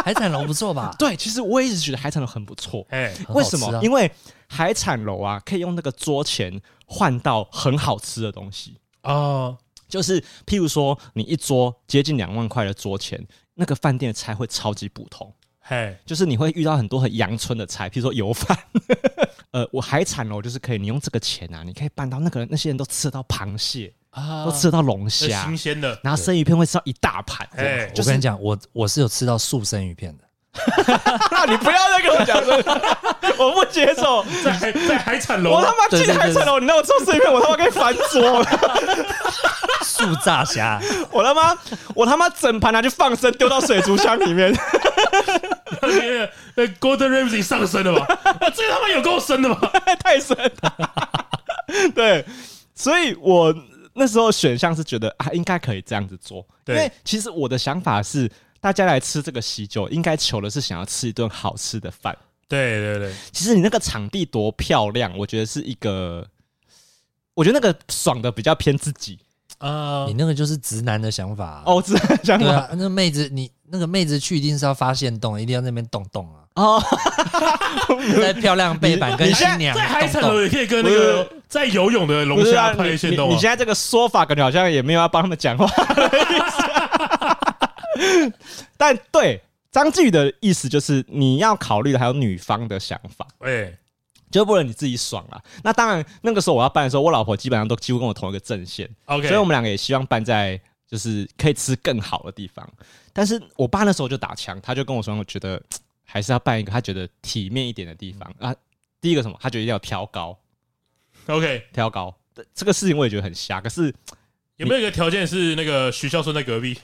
海产龙不错吧？
对，其实我一直觉得海产楼很不错，
哎，
很 好
为什么？
吃啊
因为海产楼啊，可以用那个桌钱换到很好吃的东西。
哦，
就是譬如说，你一桌接近两万块的桌钱，那个饭店的菜会超级普通，
嘿，
就是你会遇到很多很阳春的菜，譬如说油饭。 呃，我海产楼就是可以，你用这个钱啊，你可以办到那个人那些人都吃得到螃蟹，
啊
都吃得到龙
这
虾
新，鲜的，
然后生鱼片会吃到一大盘。
哎
就
我
是
跟你讲，我我是有吃到素生鱼片的，
啊，你不要再跟我讲这个， 我不接受。
在海在海产楼
我，他妈
对
进
对对
海产楼，哦你让我吃生鱼片，我他妈可以翻桌了。
素炸虾，
我他妈，我他妈整盘拿去放生，丢到水族箱里面。
那那 Gordon Ramsay 上身了吧？啊这个他妈有够深的吧？
太深了。 对，所以我那时候选项是觉得啊，应该可以这样子做，因
对
为其实我的想法是，大家来吃这个喜酒，应该求的是想要吃一顿好吃的饭。
对对对，
其实你那个场地多漂亮，我觉得是一个，我觉得那个爽的比较偏自己
啊
你，那个就是直男的想法啊
哦，我知道想
对
法
啊，那妹子你那个妹子去一定是要发现洞，一定要在那边动动啊，
哦，
在漂亮背板 跟
你现
新
在
娘
在海
动
产楼
动。
也可以跟那个在游泳的龙
不是啊
虾拍
你
线
你
动
你
啊
现，在这个说法，感觉好像也没有要帮他们讲话的意思 但对张继宇的意思就是，你要考虑的还有女方的想法，
哎，
就不能你自己爽啦。那当然，那个时候我要办的时候，我老婆基本上都几乎跟我同一个阵线
OK
所以我们两个也希望办在就是可以吃更好的地方。但是我爸那时候就打枪，他就跟我说，我觉得还是要办一个他觉得体面一点的地方啊。第一个什么，他觉得一定要挑高，
，OK，
挑高。这个事情我也觉得很瞎，可是
有没有一个条件是那个徐孝顺在隔壁？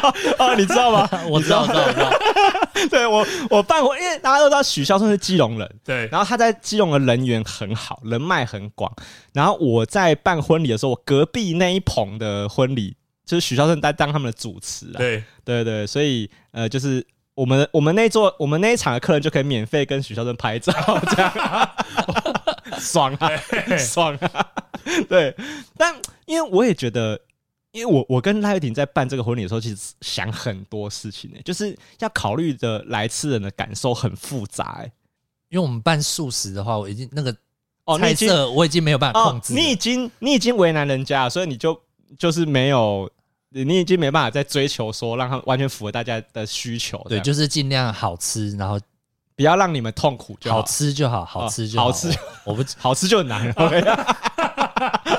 啊，你知道吗？
我知道，我知道，我知道。
对我，我办过，因为大家都知道许孝顺是基隆人，
对，
然后他在基隆的人缘很好，人脉很广。然后我在办婚礼的时候，我隔壁那一棚的婚礼就是许孝顺在当他们的主持啊，
对，
对对对，所以呃，就是我们我们那座我们那一场的客人就可以免费跟许孝顺拍照，这样、 爽啊，爽啊！ 对，但因为我也觉得，因为我我跟赖玉婷在办这个婚礼的时候，其实想很多事情呢、欸就是要考虑的来吃人的感受很复杂、欸。
因为我们办素食的话，我已经那个
哦，你
菜
已经
色我已经没有办法
哦
啊控，制了。
你已经你已经为难人家了，所以你就就是没有。你已经没办法再追求说让他们完全符合大家的需求这
对，
样，
就是尽量好吃，然后
不要让你们痛苦就好啊
好。吃就好，好吃就
好
好
吃。
我我不，
好吃就很 难了。OK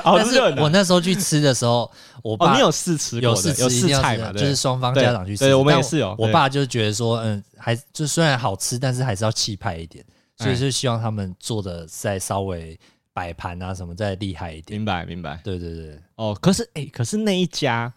好
但
吃
是
就很难。
我那时候去吃的时候，我
哦，
爸
你有试吃过
有
的
试吃
有
一定
试
要
菜
吃
嘛？
的
对
就是双方家长去吃。
对我们也
但
是有
我
对
爸就觉得说，嗯，还就虽然好吃，但是还是要气派一点，所
哎
以就希望他们做的再稍微摆盘啊什么再厉害一点。
明白明白。
对对对，
哦，可是哎、可是那一家，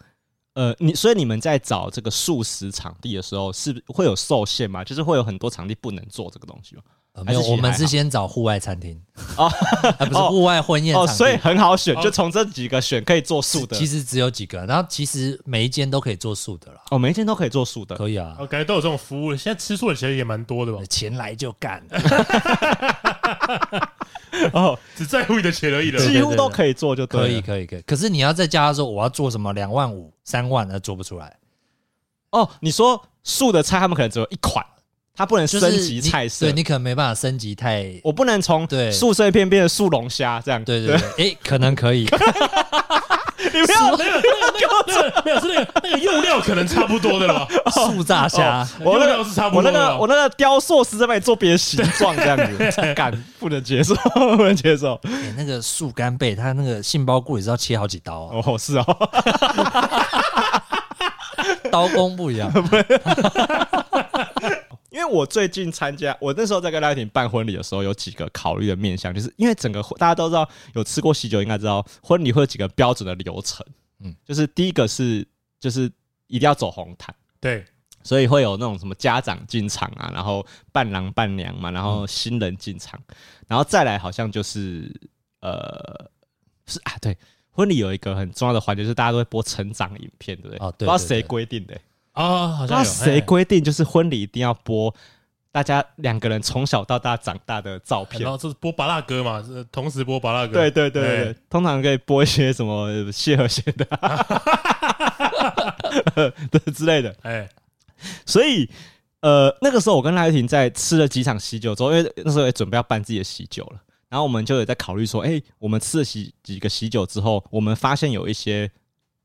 呃，你所以你们在找这个素食场地的时候，是不会有受限吗？就是会有很多场地不能做这个东西吗？
呃
还
没
是
有，
其实
我们
还
是
好
先找户外餐厅
哦
啊，还不是
哦
户外婚宴
哦，
场地
所以很好选，
哦
就从这几个选可以做素的。
其实只有几个，然后其实每一间都可以做素的啦，
哦，每一天都可以做素的，
可以啊，
哦，感觉都有这种服务。现在吃素的其实也蛮多的吧，
钱来就干，
哦，
只在乎你的钱而已了。
对
几乎都可以做，就对了啊
可以可以可以。可是你要再加说我要做什么两万五、三万，那做不出来，
哦，你说素的菜，他们可能只有一款，它不能
就
升
是
级菜
你
色。
对你可能没办法升级太，
我不能从
对
素碎片变成素龙虾这样。
对对对，哎，可能可以，
你不要，
没有是那个那个用料可能差不多的了吧？
哦
素炸虾，
我
用
那
料
个
是差不
我
多的
那个
吧
我那个雕塑师在帮你做别的形状这 样子，敢不能接受， 不能接受。
哎，那个素干贝，它那个杏鲍菇也是要切好几刀啊，
哦，是哦，
刀工不一 样，
因为我最近参加，我那时候在跟赖婷办婚礼的时候，有几个考虑的面向，就是因为整个婚大家都知道，有吃过喜酒应该知道，婚礼会有几个标准的流程，嗯
嗯，
就是第一个是就是一定要走红毯。
对，
所以会有那种什么家长进场啊，然后伴郎伴娘嘛，然后新人进场，然后再来好像就是呃，是啊，对，婚礼有一个很重要的环节，就是大家都会播成长影片，对不对？
哦对
不知道
对
谁
对
规定的、
啊，好
不知道
像有
谁
哎
规定，就是婚礼一定要播大家两个人从小到大长大的照片
然。后就是播巴拉歌嘛，是同时播巴拉歌。
对对对对
哎
对，通常可以播一些什么呃谢和弦的、 啊， 对之类的。
哎，
所以呃，那个时候我跟赖婷在吃了几场喜酒之后，因为那时候也准备要办自己的喜酒了，然后我们就有在考虑说，哎、我们吃了喜几个喜酒之后，我们发现有一些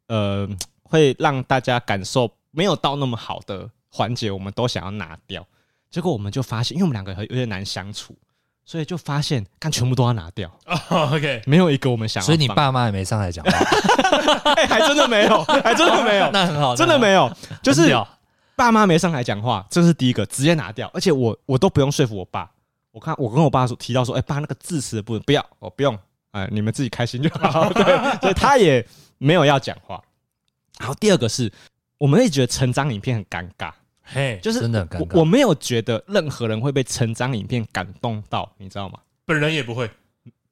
呃， 会让大家感受没有到那么好的环节，我们都想要拿掉。结果我们就发现，因为我们两个很有点难相处，所以就发现，看全部都要拿掉，
哦，OK，
没有一个我们想要
所
放。
以你爸妈也没上来讲话，
哎、还真的没有，还真的没有，
那很好，
真的没
有，
有，就
很
是
屌
爸妈没上台讲话，这是第一个，直接拿掉。而且我我都不用说服我爸，我看我跟我爸说提到说，哎、爸那个致辞的部分不要，我不用，哎、你们自己开心就好。 对，所以他也没有要讲话。然后第二个是，我们会觉得成长影片很尴尬，
嘿，
就是
真的很尴尬
我我没有觉得任何人会被成长影片感动到，你知道吗？
本人也不会。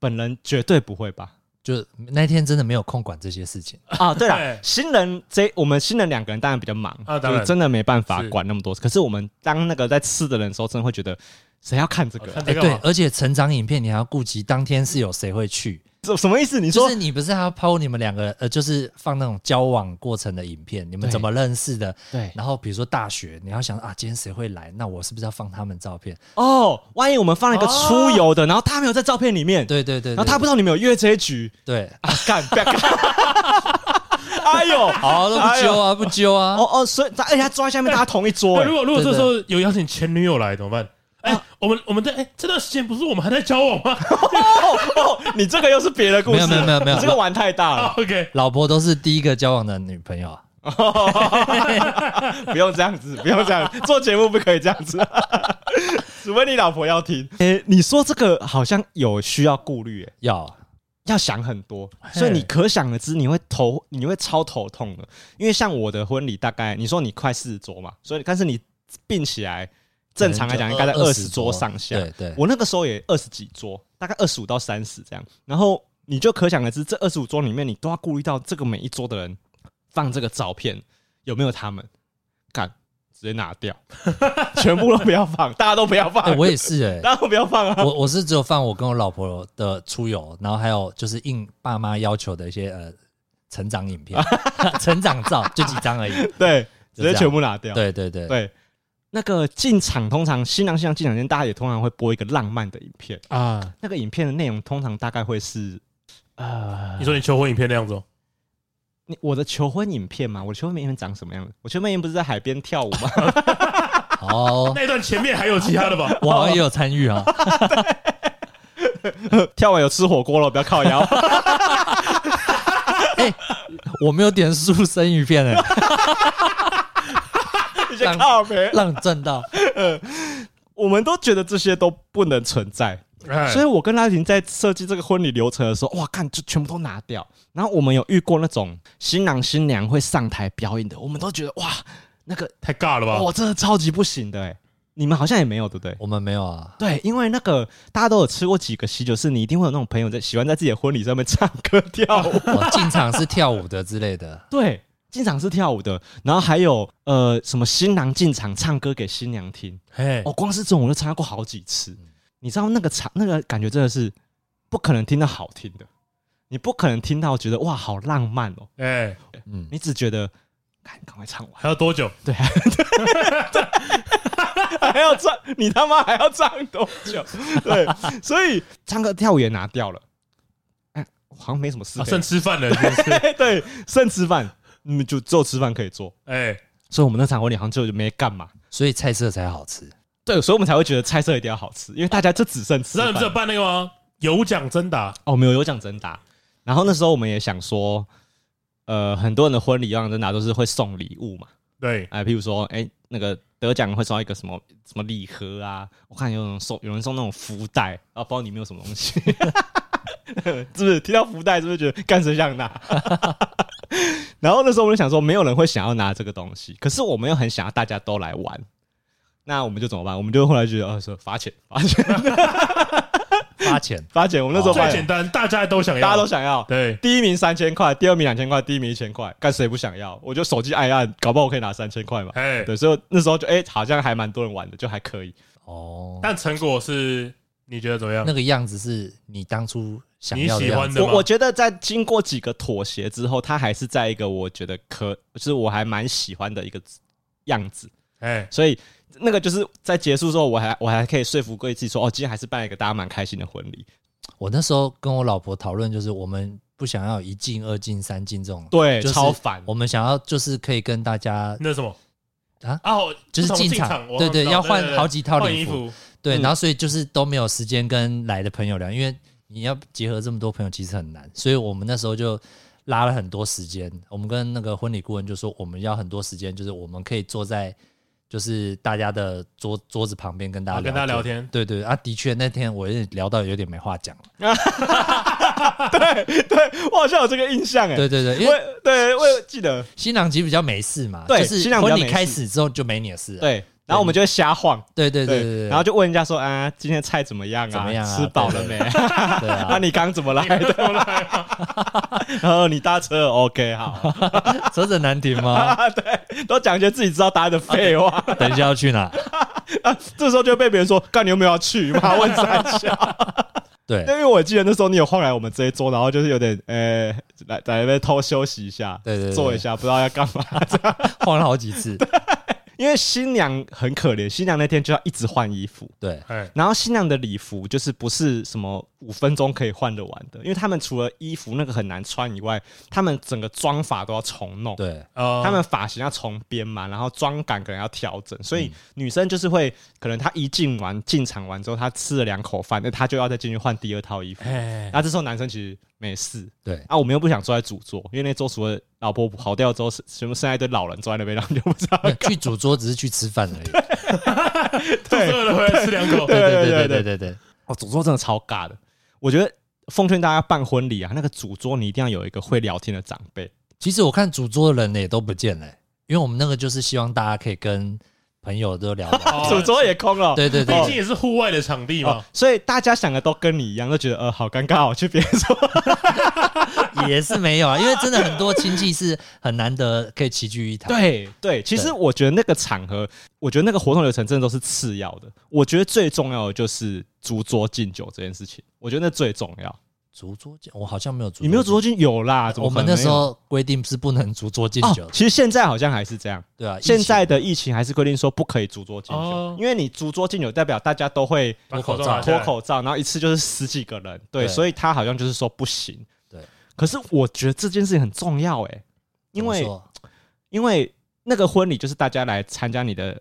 本人绝对不会吧？
就那天真的没有空管这些事情。
啊，对了
对，
新人这我们新人两个人当然比较忙
啊当
就是
然
真的没办法
是
管那么多。可是我们当那个在吃的人的时候，真的会觉得谁要看这个
哦看
啊？
这
哎，
个
对
嘛，
而且成长影片你还要顾及当天是有谁会去，
这什么意思？你
就
说
是你不是还要抛你们两个呃，就是放那种交往过程的影片，你们
对
怎么认识的？
对
然后比如说大学，你要想啊，今天谁会来？那我是不是要放他们照片？
哦，万一我们放了一个出游的，然后他没有在照片里面，
对对对，
然后他不知道你们有约这一局
对，对
啊，干不要干！ 哎呦，
好都不揪啊，不揪啊，
哦哦，所以他而且他坐在下面，大家同一
那
桌，哎
如果如果这
真的
时候有邀请前女友来怎么办？
啊
哎，我们我们在哎这段时间不是我们还在交往吗
哦哦，你这个又是别的故事了，
没有没有没有没有
你这个玩太大了，
？OK，
老婆都是第一个交往的女朋友啊。
不用这样子，不用这样， 做节目不可以这样子， 除非你老婆要听。诶、你说这个好像有需要顾虑、诶，
要啊
要想很多，
嘿
所以你可想而知，你会头，你会超头痛的。因为像我的婚礼，大概你说你快四十桌嘛，所以但是你并起来，正常来讲应该在
可能就
二十桌上下。
对对，
我那个时候也二十几桌，大概二十五到三十这样。然后你就可想而知，这二十五桌里面，你都要顾虑到这个每一桌的人放这个照片有没有他们，干直接拿 掉，全部都不要放，大家都不要放，
哎，我也是哎，
大家都不要放啊！
我我是只有放我跟我老婆的出游，然后还有就是应爸妈要求的一些呃成长影片、 成长照，就几张而已。
对，直
就这样
接全部拿掉。
对对对，
对那个进场通常新郎新娘进场前，大家也通常会播一个浪漫的影片。
啊，
那个影片的内容通常大概会是，呃，
你说你求婚影片那样子哦？
你我的求婚影片嘛，我的求婚影片长什么样子？我求婚影片不是在海边跳舞吗？
哦，
那一段前面还有其他的 吧？
我好像也有参与啊。
跳完有吃火锅了，不要靠 腰。
哎，我没有点数生鱼片哎，
你先靠呗。
让你赚到。
我们都觉得这些都不能存在，
哎
所以我跟拉婷在设计这个婚礼流程的时候，哇，看就全部都拿掉。然后我们有遇过那种新郎新娘会上台表演的，我们都觉得哇，那个
太尬了吧？
哦哇，真的超级不行的哎、你们好像也没有，对不对？
我们没有啊，
对，因为那个大家都有吃过几个喜酒，是你一定会有那种朋友在喜欢在自己的婚礼上面唱歌跳舞，。
我进场是跳舞的之类的
哦对，经常是跳舞的，然后还有呃什么新郎进场唱歌给新娘听，
嘿
哦，，光是这种我就参加过好几次，你知道那个场那个感觉真的是不可能听到好听的，你不可能听到觉得哇好浪漫哦，
哎，
嗯，
你只觉得赶赶快唱完，
还要多久？ 啊
还要唱，你他妈还要唱多 久？对，所以唱歌跳舞也拿掉了，哎，好像没什么事
啊
可以
剩吃饭了，是不是？
对，剩吃饭，嗯，就只有吃饭可以做。
哎，
所以我们那场婚礼好像就没干嘛。
所以菜色才好吃。
对，所以我们才会觉得菜色一定要好吃，因为大家就只剩吃
知道你。
饭
们有办那个吗？有奖征答，
哦，没有有奖征答。然后那时候我们也想说，呃，很多人的婚礼有奖征答都是会送礼物嘛，
对，
哎，譬如说，哎，那个得奖会收一个什么什么礼盒啊，我看有人送有人送那种福袋，啊，不知道里面有什么东西， 是不是？听到福袋是不是觉得干谁想拿？ 然后那时候我们就想说，没有人会想要拿这个东西，可是我们又很想要大家都来玩，那我们就怎么办？我们就后来觉得，呃，说罚钱，罚钱，
花钱
罚钱。我们那时候
哦最
发
简
现
单，大家都想要，
大家都想要，
对，
第一名三千块，第二名两千块，第一名一千块，干谁不想要？我就手机按一按，搞不好我可以拿三千块嘛。
哎，
对，所以那时候就哎、好像还蛮多人玩的，就还可以。
哦，
但成果是你觉得怎么样
那？个样子是你当初想
你
要的
喜
样
欢
子。
的吗
我？我觉得在经过几个妥协之后，他还是在一个我觉得可，就是我还蛮喜欢的一个样子。
哎，
所以那个就是在结束之后，我还我还可以说服贵自己说，哦，今天还是办了一个大家蛮开心的婚礼。
我那时候跟我老婆讨论，就是我们不想要一进、二进、三进这种，
对，
就是
超烦。
我们想要就是可以跟大家
那什么
啊
啊，我
就是
不同
进
进
场
我
对
知道
对要换
对对
好几套
换
礼
衣
服
服，
对，
嗯
然后所以就是都没有时间跟来的朋友聊，因为你要结合这么多朋友其实很难，所以我们那时候就拉了很多时间。我们跟那个婚礼顾问就说，我们要很多时间，就是我们可以坐在就是大家的桌桌子旁边跟大家
啊跟大家聊天
对对啊，的确那天我也聊到有点没话讲了。
对我好像有这个印象哎、
对啊对对，因
我
为
也对我也记得
新郎级比较没事嘛，
对
就是
新郎比
婚
较
礼
没
开
事
始之后就没你的事了。
对。然后我们就会瞎晃，
对对对对对，
然后就问人家说啊，今天菜怎么样啊？
怎么样啊
吃饱了没？
对
那
啊，
你刚怎么来 的？然后你搭车，OK，好，
车子难停吗？
对，都讲一些自己知道答案的废话。 啊
等一下要去哪？
这时候就被别人说，干你有没有要去？妈问 三下。
对
因为我记得那时候你有晃来我们这一桌，然后就是有点呃，来在那边偷休息一下，
对对对
坐一下，不知道要干嘛。
晃了好几次。
因为新娘很可怜，新娘那天就要一直换衣服。
对，
哎，
然后新娘的礼服就是不是什么五分钟可以换得完的，因为他们除了衣服那个很难穿以外，他们整个妆法都要重弄，
对，
呃
他们发型要重编嘛，然后妆感可能要调整，所
嗯
以女生就是会可能她一进完进场完之后，她吃了两口饭，那她就要再进去换第二套衣服。
哎，
那这时候男生其实没事
对，
啊，我们又不想坐在主桌，因为那桌除了老婆跑掉之后，是全部剩下一堆老人坐在那边，然后就不知道
没有去主桌只是去吃饭而已。对
肚子饿了回来吃两口，
对
对
对
对对对，
哦，主桌真的超尬的。我觉得奉劝大家办婚礼啊，那个主桌你一定要有一个会聊天的长辈。
其实我看主桌的人也都不见了，欸因为我们那个就是希望大家可以跟朋友都聊聊。
哦
主桌也空了，
对对
毕竟
对，
也是户外的场地
哦
嘛，，
所以大家想的都跟你一样，都觉得呃好尴尬哦，去别人说
也是没有啊，因为真的很多亲戚是很难得可以齐聚一堂。
对 对，其实
对
我觉得那个场合，我觉得那个活动流程真的都是次要的。我觉得最重要的就是主桌敬酒这件事情，我觉得那最重要。
主桌敬，我好像没有主桌，
你没有主桌敬有啦？怎
我
么可
们
能
那
没
时
有
候规定是不能主桌敬酒
哦，，其实现在好像还是这样。
对啊，
现在的疫情还是规定说不可以主桌敬酒，
哦
因为你主桌敬酒代表大家都会
把
口
口罩
罩
拿下
脱
来
口罩，然后一次就是十几个人，对，
对
所以他好像就是说不行。
对，
可是我觉得这件事情很重要哎、
一起
因
怎
为
么说
因为那个婚礼就是大家来参加你的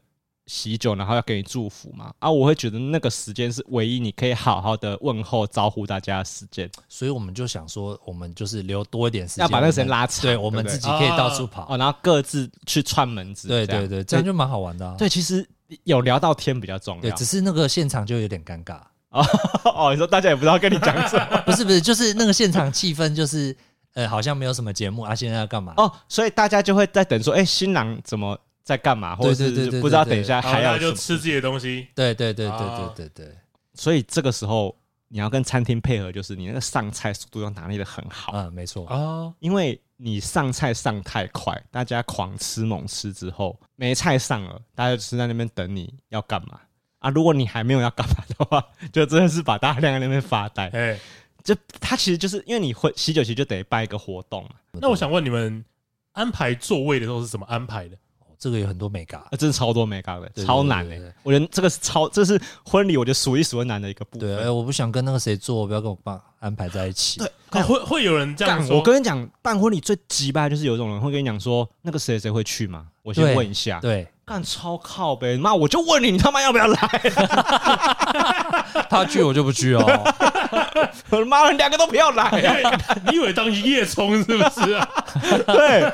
喜酒，然后要给你祝福嘛，啊，我会觉得那个时间是唯一你可以好好的问候招呼大家的时间，
所以我们就想说，我们就是留多一点时间，
要把那个时
我
间
们
拉长，
对
不
我们自己可以到处跑
哦，。然后各自去串门子，
对
这样
对对，这样就蛮好玩的啊。
对，其实有聊到天比较重
对，
要
只。是那个现场就有点尴尬。
哦，你说大家也不知道跟你讲什么
不是不是，就是那个现场气氛就是，呃，好像没有什么节目啊，现在要干嘛？
哦，所以大家就会在等说，哎、新郎怎么在干嘛，或者
对对对
是
对
不知道
对对
等一下
然后
还
大
要
家就
什么
吃自己的东西，
对对对
啊
对对对对，
所以这个时候你要跟餐厅配合，就是你那个上菜速度要拿捏的很好，
啊，没错，
啊，
因为你上菜上太快，大家狂吃猛吃之后没菜上了，大家就是在那边等你要干嘛啊？如果你还没有要干嘛的话， 就真的是把大家晾在那边发呆。
哎，
就它其实就是因为你会喜酒其实就等于办一个活动嘛，
那我想问你们，安排座位的时候是怎么安排的？
哦这个有很多美嘎
啊，，真的超多没搞的，
对
超难哎、
对对对
我觉得这个是超，这是婚礼我觉得数一数二难的一个部
对，
分。
哎，我不想跟那个谁做，不要跟我爸安排在一起，对，
啊会会有人这样
干，
说？
我跟你讲，办婚礼最鸡巴就是有一种人会跟你讲说，那个谁谁会去吗？我先
对
问一下。
对
干超靠呗，妈，我就问你，你他妈要不要来？
他去我就不去哦，
我妈，两个都不要来。啊
你以为当一夜冲是不是 啊？
对，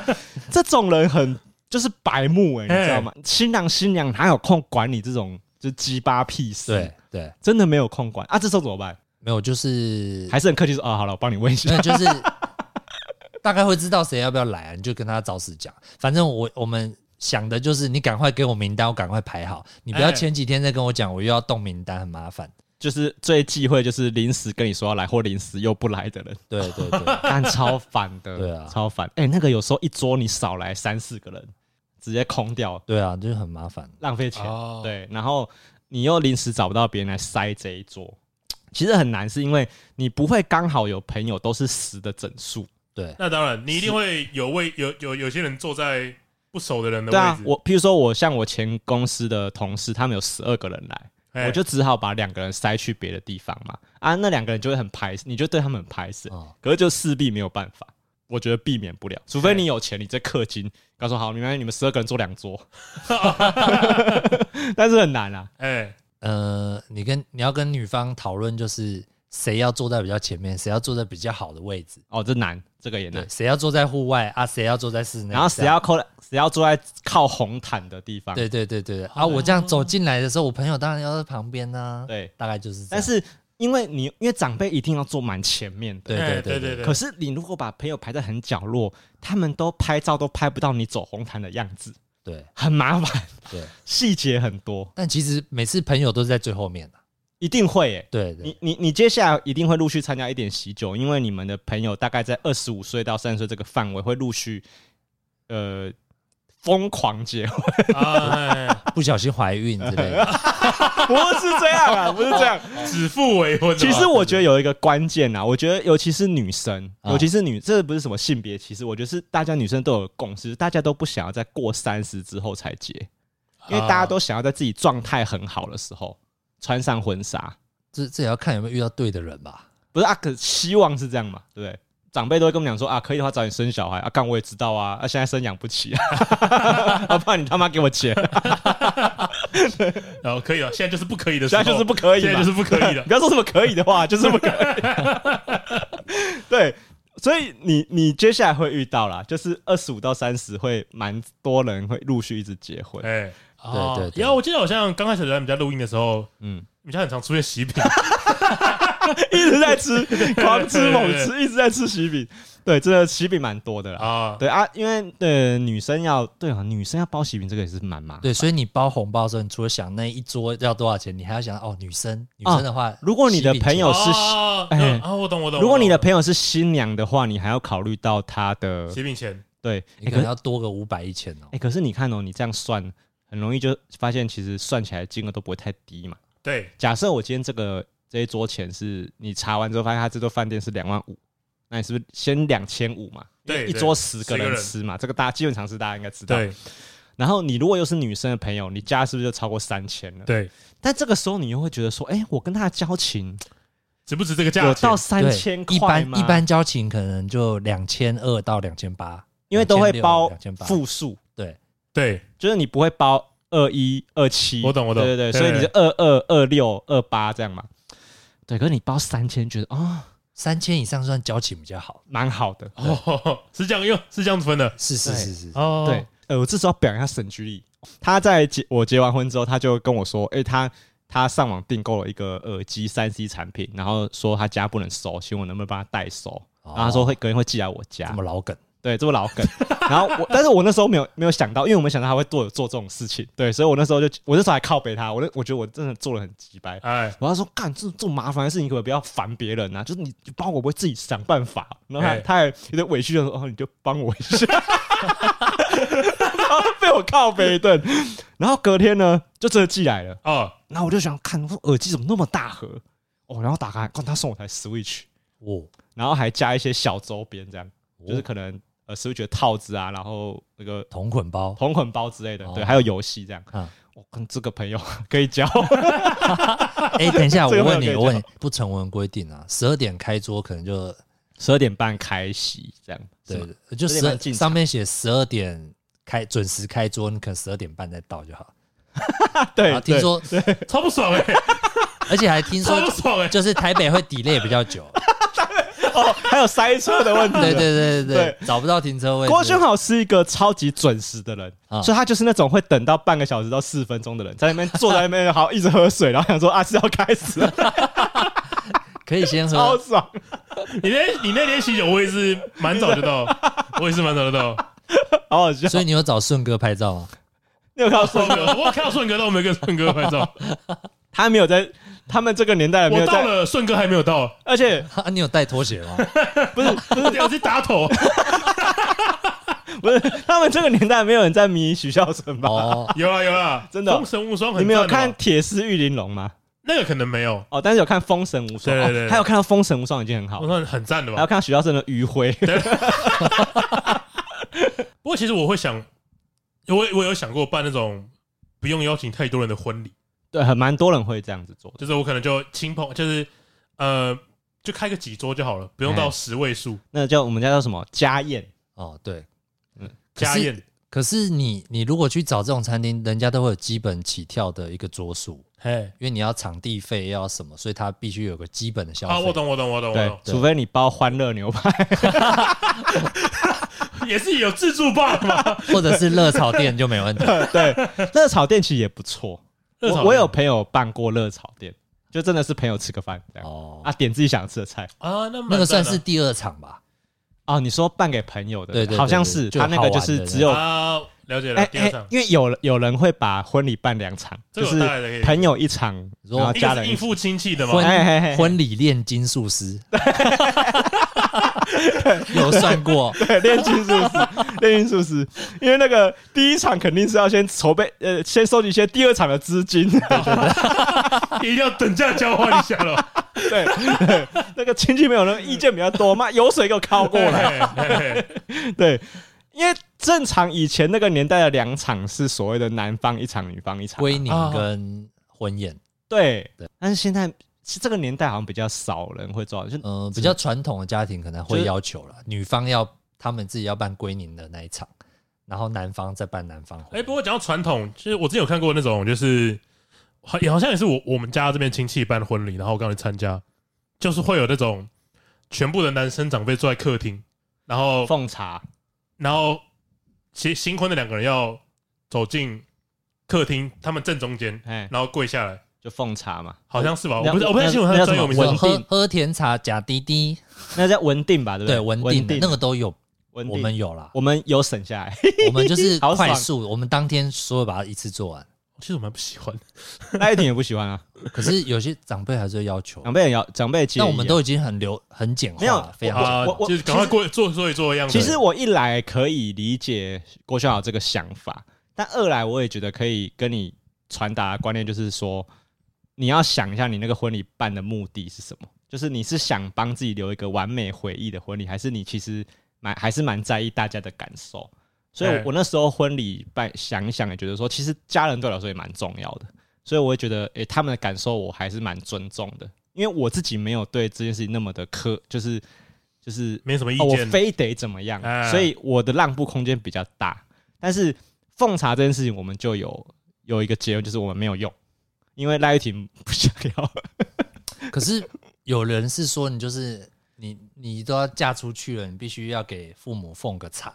这种人很就是白目哎、
哎
你知道吗？新郎新娘哪有空管你这种就鸡巴屁事？
对，对，
真的没有空管啊。这时候怎么办？
没有就是
还是很客气说啊，好了，我帮你问一下。
那就是 大概会知道谁要不要来、啊，你就跟他早死讲。反正我我们想的就是你赶快给我名单，我赶快排好，你不要
哎
前几天再跟我讲，我又要动名单，很麻烦。
就是最忌讳就是临时跟你说要来或临时又不来的人，，
对对对
但超烦的，
对啊
超烦。哎、那个有时候一桌你少来三四个人，直接空掉，
对啊，就是很麻烦。
浪费钱。
哦
对，然后你又临时找不到别人来塞这一桌，其实很难，是因为你不会刚好有朋友都是十的整数。
对，
那当然，你一定会有位有有有些人坐在不熟的人的
对
位
啊
置，，
我譬如说我像我前公司的同事，他们有十二个人来。
哎
我就只好把两个人塞去别的地方嘛，啊，那两个人就会很排斥，你就对他们很排斥，
哦，
可是就势必没有办法，我觉得避免不了，除非你有钱，你这氪金，告诉好，你们你们十二个人坐两 桌，但是很难啊。
哎
呃，你跟你要跟女方讨论，就是谁要坐在比较前面，谁要坐在比较好的位置，
哦，这难，这个也难
对，。谁要坐在户外啊，谁要坐在室内，
然后
这
谁
样
要扣，谁要坐在靠红毯的地方？
对对对对对啊！我这样走进来的时候，我朋友当然要在旁边呢、
对
大概就是啊这
但
样。
是因为你因为长辈一定要坐蛮前面的，
对
哎
对
对
对
对，
可是你如果把朋友排在很角落，他们都拍照都拍不到你走红毯的样子，
对
很麻烦，
对，
细节很多，
但其实每次朋友都是在最后面的、
一定会耶、
对对
你你你接下来一定会陆续参加一点喜酒，因为你们的朋友大概在二十五岁到三十岁这个范围会陆续，呃，疯狂结 婚，
啊，哎哎
不小心怀孕之 类的。
不是这样
哦
啊，不是这样。
指腹为婚的
其
嘛。
实我觉得有一个关键啊，我觉得尤其是女生，
啊
尤其是女，这不是什么性别歧视，我觉得是大家女生都有共识，大家都不想要在过三十之后才结，因为大
啊
家都想要在自己状态很好的时候穿上婚纱，
这这也要看有没有遇到对的人吧。
不是啊？可希望是这样嘛，对不对？长辈都会跟我们讲说啊，可以的话早点生小孩啊，干我也知道啊，啊现在生养不起啊， 啊不然你他妈给我 钱，
然后哦可以了，现在就是不可以的时
现
候，
在就是不可以嘛，
现在就是不可以啊的
不。要说什么可以 的话，就是不可以。 对，所以你你接下来会遇到啦，就是二十五到三十会蛮多人会陆续一直结婚。
哎，
对对对
然后我记得好像刚开始来我们家录音的时候，
嗯，
你们家很常出现 喜饼，
一直在吃，狂吃猛 吃，一直在吃喜饼。对，真的喜饼蛮多的啦。
啊，
对啊，因为呃女生要对啊，女生要包喜饼这个也是蛮麻烦。
对，所以你包红包的时候，你除了想那一桌要多少钱，你还要想哦，女生女生的话，
啊如果你的
喜饼
朋友
钱
是
啊
哎
啊，我懂我懂。
如果你的
我懂
朋友是新娘的话，你还要考虑到她的
喜饼钱，
对，
你
欸
可能要多个五百一千哦
哎、。可是你看哦，你这样算，很容易就发现，其实算起来金额都不会太低嘛。
对，
假设我今天这个这一桌钱是你查完之后发现他这桌饭店是两万五，那你是不是先两千五嘛？
对
因为一
对
桌十个
10个
人
人
吃嘛，这个大家基本常识大家应该知道。
对
然后你如果又是女生的朋友，你加是不是就超过三千了？。
对，
但这个时候你又会觉得说，哎、我跟他的交情
值不值这个价
有
钱
到？三
对
千
一
块吗？
般一般交情可能就两千二到两千八，
因为都会
2600
包
2800
复数，
对
对，
就是你不会包二一二七，
我懂我懂
对对
对
对，所以你就
对
二二二六二八这样嘛。对，可是你包三千，觉得哦，
三千以上算交情比较好。
蛮好的。
哦，是这样用，是这样子分的。
是是
对
是是，
哦，
对，，呃，我这时候要表扬一下沈居易，他在结我结完婚之后，他就跟我说，哎、他他上网订购了一个耳机三 C 产品，
哦
然后说他家不能收，请问我能不能帮他代收。然后他说会隔天会寄来我家
哦这么，老梗，
对，这么老梗。 然后我，但是我那时候没有没有想到，因为我没想到他会做做这种事情，对，所以我那时候就我那时候还靠北他，我那我觉得我真的做的很鸡掰。
哎，
我要说干这这么麻烦的事情，可不可以不要烦别人啊？就是你你帮我，我会自己想办法。然后他
哎
他还有点委屈的说：“哦，你就帮我一下。”然后被我靠北一顿。然后隔天呢，就真的寄来了。
哦，
然后我就想看，我说耳机怎么那么大盒？哦，然后打开，看他送我台 Switch，
哦，
然后还加一些小周边，这样就是
哦
可能呃 Switch 的套子啊，然后那个
同捆 包，
同捆包之类的，
哦
对，还有游戏这样。
嗯
我跟这个朋友 可以交，
哎、等一下，我
这个
问
没
你，
有
我问
可以
你，不成文规定啊，十二点开桌可能就
十二点半开席这样。是吗，
对，就
12点
十
半进场
上面写十二点开准时开桌，你可能十二点半再到就好。啊，
对，哎
听
对
说，
超不 爽哎、
而且还听说
超不爽哎、
就是台北会 delay 比较久，
哦，还有塞车的问题。
对对对对对
对，
找不到停车位。
郭轩豪是一个超级准时的人，
啊
所以他就是那种会等到半个小时到四十分钟的人，在那边坐在那边，好一直喝水，然后想说啊是要开始了，
可以先
超
喝，
爽。
你那你那天喜酒，我也是蛮早就到，我也是蛮早就到。
好好笑。
所以你有找顺哥拍照吗？
你有看到说
顺哥，我看到顺哥，但我没有跟顺哥拍照。
他没有在他们这个年代的没
我
有
到
在，
了，顺哥还没有到，
而且
啊，你有带拖鞋吗？
不是不是
我是打 头。
不是，他们这个年代没有人在迷许孝顺吧？
哦，
有啦有啦，
真的哦
封神无双很
你
赞的
们
嘛，
有看《铁丝玉玲珑》吗？
那个可能没有，
哦，但是有看《封神无双》，
对对对
哦还有看到《封神无双》已经很好
哦
我，算很赞的
还有
吧。
看到许孝顺的《余晖》
不过其实我会想，我我有想过办那种不用邀请太多人的婚礼，
对，很蛮多人会这样子做的。
就是我可能就亲朋，就是呃，就开个几桌就好了，不用到
哎
十位数
那叫我们家叫什么家宴？
哦，对。可是
嗯家宴。
可是你你如果去找这种餐厅，人家都会有基本起跳的一个桌数，
嘿，
因为你要场地费要什么，所以它必须有个基本的消
啊，我
费。
懂我懂我懂我
对
懂，，
对
除非你包欢乐牛排，
也是有自助吧嘛。
或者是热炒店就没 问题。
对，热炒店其实也不错。
热炒
我
店
我有朋友办过热炒店，就真的是朋友吃个饭这样
哦，
啊，点自己想吃的菜
啊，那蛮
那个
赞
算
的
是第二场吧？
哦。你说办给朋友的，
对对对
好像是
就
他那个就
好玩
是
的
只有
啊，了解
哦哎
了。第二
哎
场，，
因为有有人会把婚礼办两场，
这
就
个我
是
大概可以。
朋友一场，
你说
然后
一
啊家
个是
人
应
一场。
付亲戚的嘛，
婚
哎嘿嘿嘿
婚礼炼金术师，有 算过
对，炼金术 师，炼金术师，因为那个第一场肯定是要先筹备，呃，先收集一些第二场的资金，
一定要等价交换一下咯。
对，对那个亲戚朋友呢意见比较多，妈油水给我靠 过 来，
来，
对，因为正常以前那个年代的两场是所谓的男方一场，女方一场，
归宁
啊
跟婚宴，
对
对，
但是现在是这个年代好像比较少人会做，就
嗯、比较传统的家庭可能会要求了，女方要他们自己要办归宁的那一场，然后男方再办男方婚
哎，不
宴。
过讲到传统，其实我之前有看过那种，就是好也好像也是我我们家这边亲戚办婚礼，然后我刚去参加，就是会有那种全部的男生长辈坐在客厅，然后
奉茶，
然后其实新婚的两个人要走进客厅，他们正中间，
哎，
然后跪下来，
就奉茶嘛，
好像是吧？
那
我不是我不太清楚
那
他的专有
那
名
叫
我
什
称
么。
喝
稳定
喝甜茶假滴滴，
那叫文定吧，对不
对，
文
文定的
定
那个都有，
文
我
定
们 有啦，
我们有省下来，
我们就是
好爽
快速，我们当天所有把它一次做完。
其实我蛮不喜欢，
那一点也不喜欢 啊。
可是有些长辈还是会要求，
长辈也要，长辈其实
但我们都已经很流很简化
啊没有
了，非常简化
啊
我我，
就是赶快过做做一做的样子。
其实我一来可以理解郭秀豪这个想法，但二来我也觉得可以跟你传达的观念，就是说你要想一下你那个婚礼办的目的是什么，就是你是想帮自己留一个完美回忆的婚礼，还是你其实蛮 还是蛮在意大家的感受。所以
哎
我那时候婚礼办想一想，也觉得说，其实家人对我来说也蛮重要的，所以我会觉得，诶、他们的感受我还是蛮尊重的，因为我自己没有对这件事情那么的苛，就是就是
没什么意
哦、我
见，
非得怎么样，
哎
所以我的让步空间比较大。但是奉茶这件事情，我们就有有一个结论，就是我们没有用，因为赖玉婷不想要。
可是有人是说，你就是你，你都要嫁出去了，你必须要给父母奉个茶。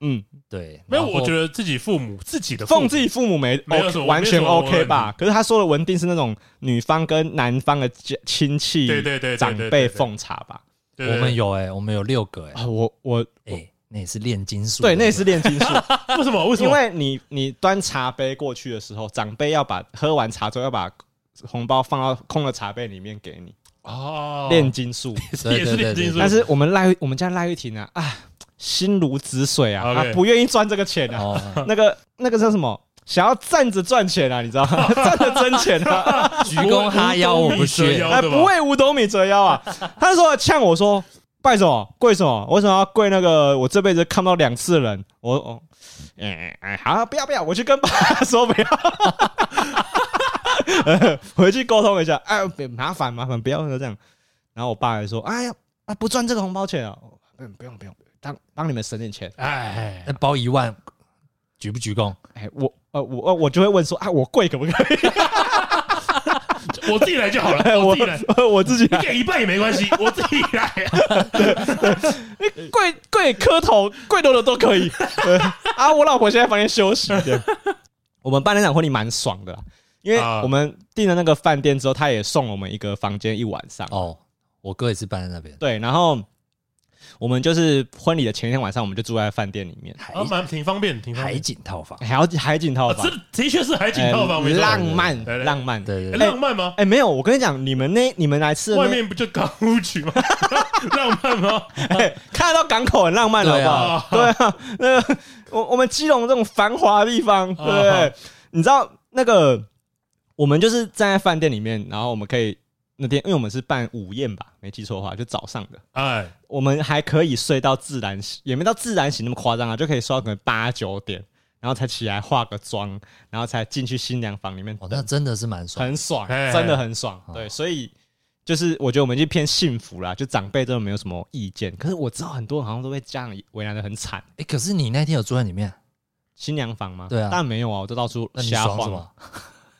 嗯，
对，
没有，
然后
我觉
哦
得自己父母自己的父母
奉自己父母没
没有什
OK，
么
完全
没有什么问
OK
题
吧？可是他说的文定是那种女方跟男方的家亲戚
对对对对对
长
对对
辈奉茶吧？
对对对
我们有哎、我们有六个哎、
啊，我我
哎、那也是炼金术的，
对，那也是 炼金术，
为什么？为什
因
么？
为你你端茶杯过去的时候，长辈要把喝完茶之后要把红包放到空的茶杯里面给你，
哦，
炼金术。
对
也是
对对
炼金
对
术，
但是我们赖我们家赖玉婷啊啊，心如止水啊，啊
OK
不愿意赚这个钱啊，
哦，
那个那个叫什么？想要站着赚钱啊，你知道吗？站着挣钱啊，
鞠躬哈腰我不屑，
腰
哎，
对吧
不为五斗米折腰啊。他说呛我说拜什么跪什么，为什么要跪那个我这辈子看不到两次的人？我哦，哎哎好，不要不要，我去跟爸爸说不要。 呃回去沟通一下，哎，别麻烦麻烦，不要这样。然后我爸还说，哎呀，啊不赚这个红包钱啊，嗯，不用不用，帮帮你们省点钱。
哎，
那包一万，鞠不鞠躬？
哎，我呃我呃我就会问说，啊，我跪可不可以？
哎我自己来就好 了，我
我
自己来，
我自己来
你给一半也没关 系，我自己来。
跪跪磕头、跪多的都 可以。对啊，我老婆现在在房间休息。对我们办那场婚礼蛮爽的啦，因为
啊
我们订了那个饭店之后，他也送我们一个房间一晚上。
哦，我哥也是搬在那边，
对，然后我们就是婚礼的前一天晚上，我们就住在饭店里面，
海
啊，蛮挺方便，挺方
海
便。
景套房，
海要海景套
啊，
房
这，的确是海景套房，
嗯
没错
浪
对
漫，
对
浪漫。
对对
哎
对，
浪漫吗？
哎，没有，我跟你讲，你们那你们来吃的
外
那，
面不就港舞曲吗？ 浪漫吗？
哎，看得到港口很浪漫，好
对
不
啊
好？
啊，
对啊，那个 我我们基隆这种繁华的地方，对
啊
不对？你知道那个我们就是站在饭店里面，然后我们可以那天，因为我们是办午宴吧，没记错的话，就早上的，
哎，
我们还可以睡到自然醒，也没到自然醒那么夸张啊，就可以睡到可能八九点，然后才起来化个妆，然后才进去新娘房里面
哦，那
等，
真的是蛮爽，
很爽，
哎
真的很爽
哎。
对，所以。就是我觉得我们已经偏幸福啦，就长辈真的没有什么意见。可是我知道很多人好像都被家长为难的很惨，
哎、可是你那天有住在里面，
新娘房吗？
对啊
但没有啊，我都到处
那你
瞎
爽什
晃，
么？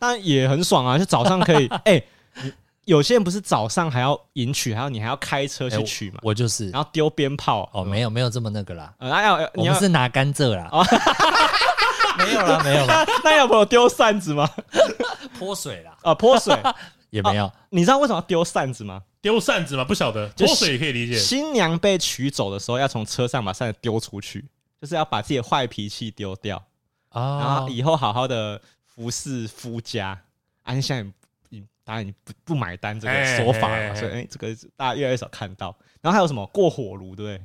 但也很爽啊，就早上 可以，哎、你有些人不是早上还要迎娶，还要你还要开车去取嘛，
哎我就是
然后丢鞭炮，啊
哦，没有没有这么那个啦，
呃，那要
我
你
们
要哦
是拿甘蔗啦， 没 有啦没有啦，
那要不有丢扇子吗？
泼水啦
啊，泼 水，
也没有，
你知道为什么要丢扇子吗？
丢扇子嘛，不晓得，
就
泼
是
水也可以理解。
新娘被取走的时候，要从车上把扇子丢出去，就是要把自己的坏脾气丢掉，哦然
啊
哦
后，以后好好的服侍夫家。啊，你现在你当然你不不买单这个
哎
说法
哎
了
哎
嘛，所以哎、这个大家越来越少看到。然后还有什么过火炉，对不对？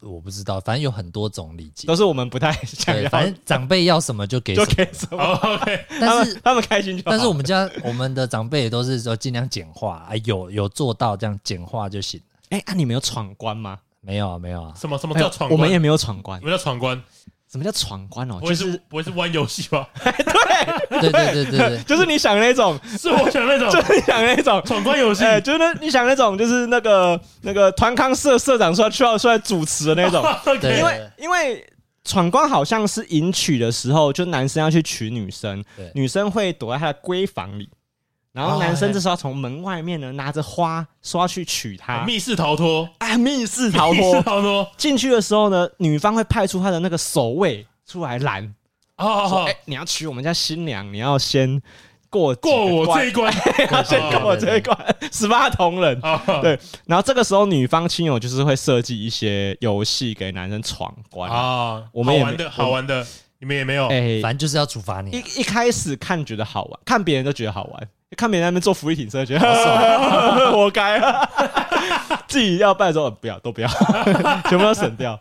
我不知道，反正有很多种礼节
都，是我们不太想
对，
要，
反正长辈要什么就给什
就
么，
给什么，
好，OK，哦
他
但是
们他们开心就好。
但是我们家我们的长辈也都是说尽量简化，啊，有有做到这样简化就行了，
哎，啊，你们有闯关吗？
没有啊没有啊，
什么什么
没
叫
有
闯，
哎我
关？
们也没有闯关
什。么叫闯关？
什么叫闯关哦？
不
就
会是
是，
不会是玩游戏吧？
对对对对对
就是你想的那种，
是我想那种
就是你想的那种。
闯关游戏，
哎，就是那你想的那种，就是那个那个团康社社长出来出来出来主 持的那种，
对
因为因为闯关好像是迎娶的时候，就男生要去娶女生
对，
女生会躲在她的闺房里，然后
哦
男生这时候要从门外面呢拿着花说要去娶
啊
她，
啊密室逃脱，
哎，密室逃
密室
脱。
逃脱，
进去的时候呢，女方会派出她的那个守卫出来拦，
好好
说：“
好
哎、，你要娶我们家新娘，你要先过
过我这一关，
要 先
哦
过我这一关，十八铜人。”
啊
对然后这个时候，女方亲友就是会设计一些游戏给男生闯关。
啊，
我们
好
也
玩
没
的好玩的，你们也没有，
哎、
反正就是要处罚你啊、
一一开始看觉得好玩，看别人都觉得好玩，看别人在那边做福利挺车，觉得 活该啊！ 自己要办的时候呃不要，都不要， 全部都省掉。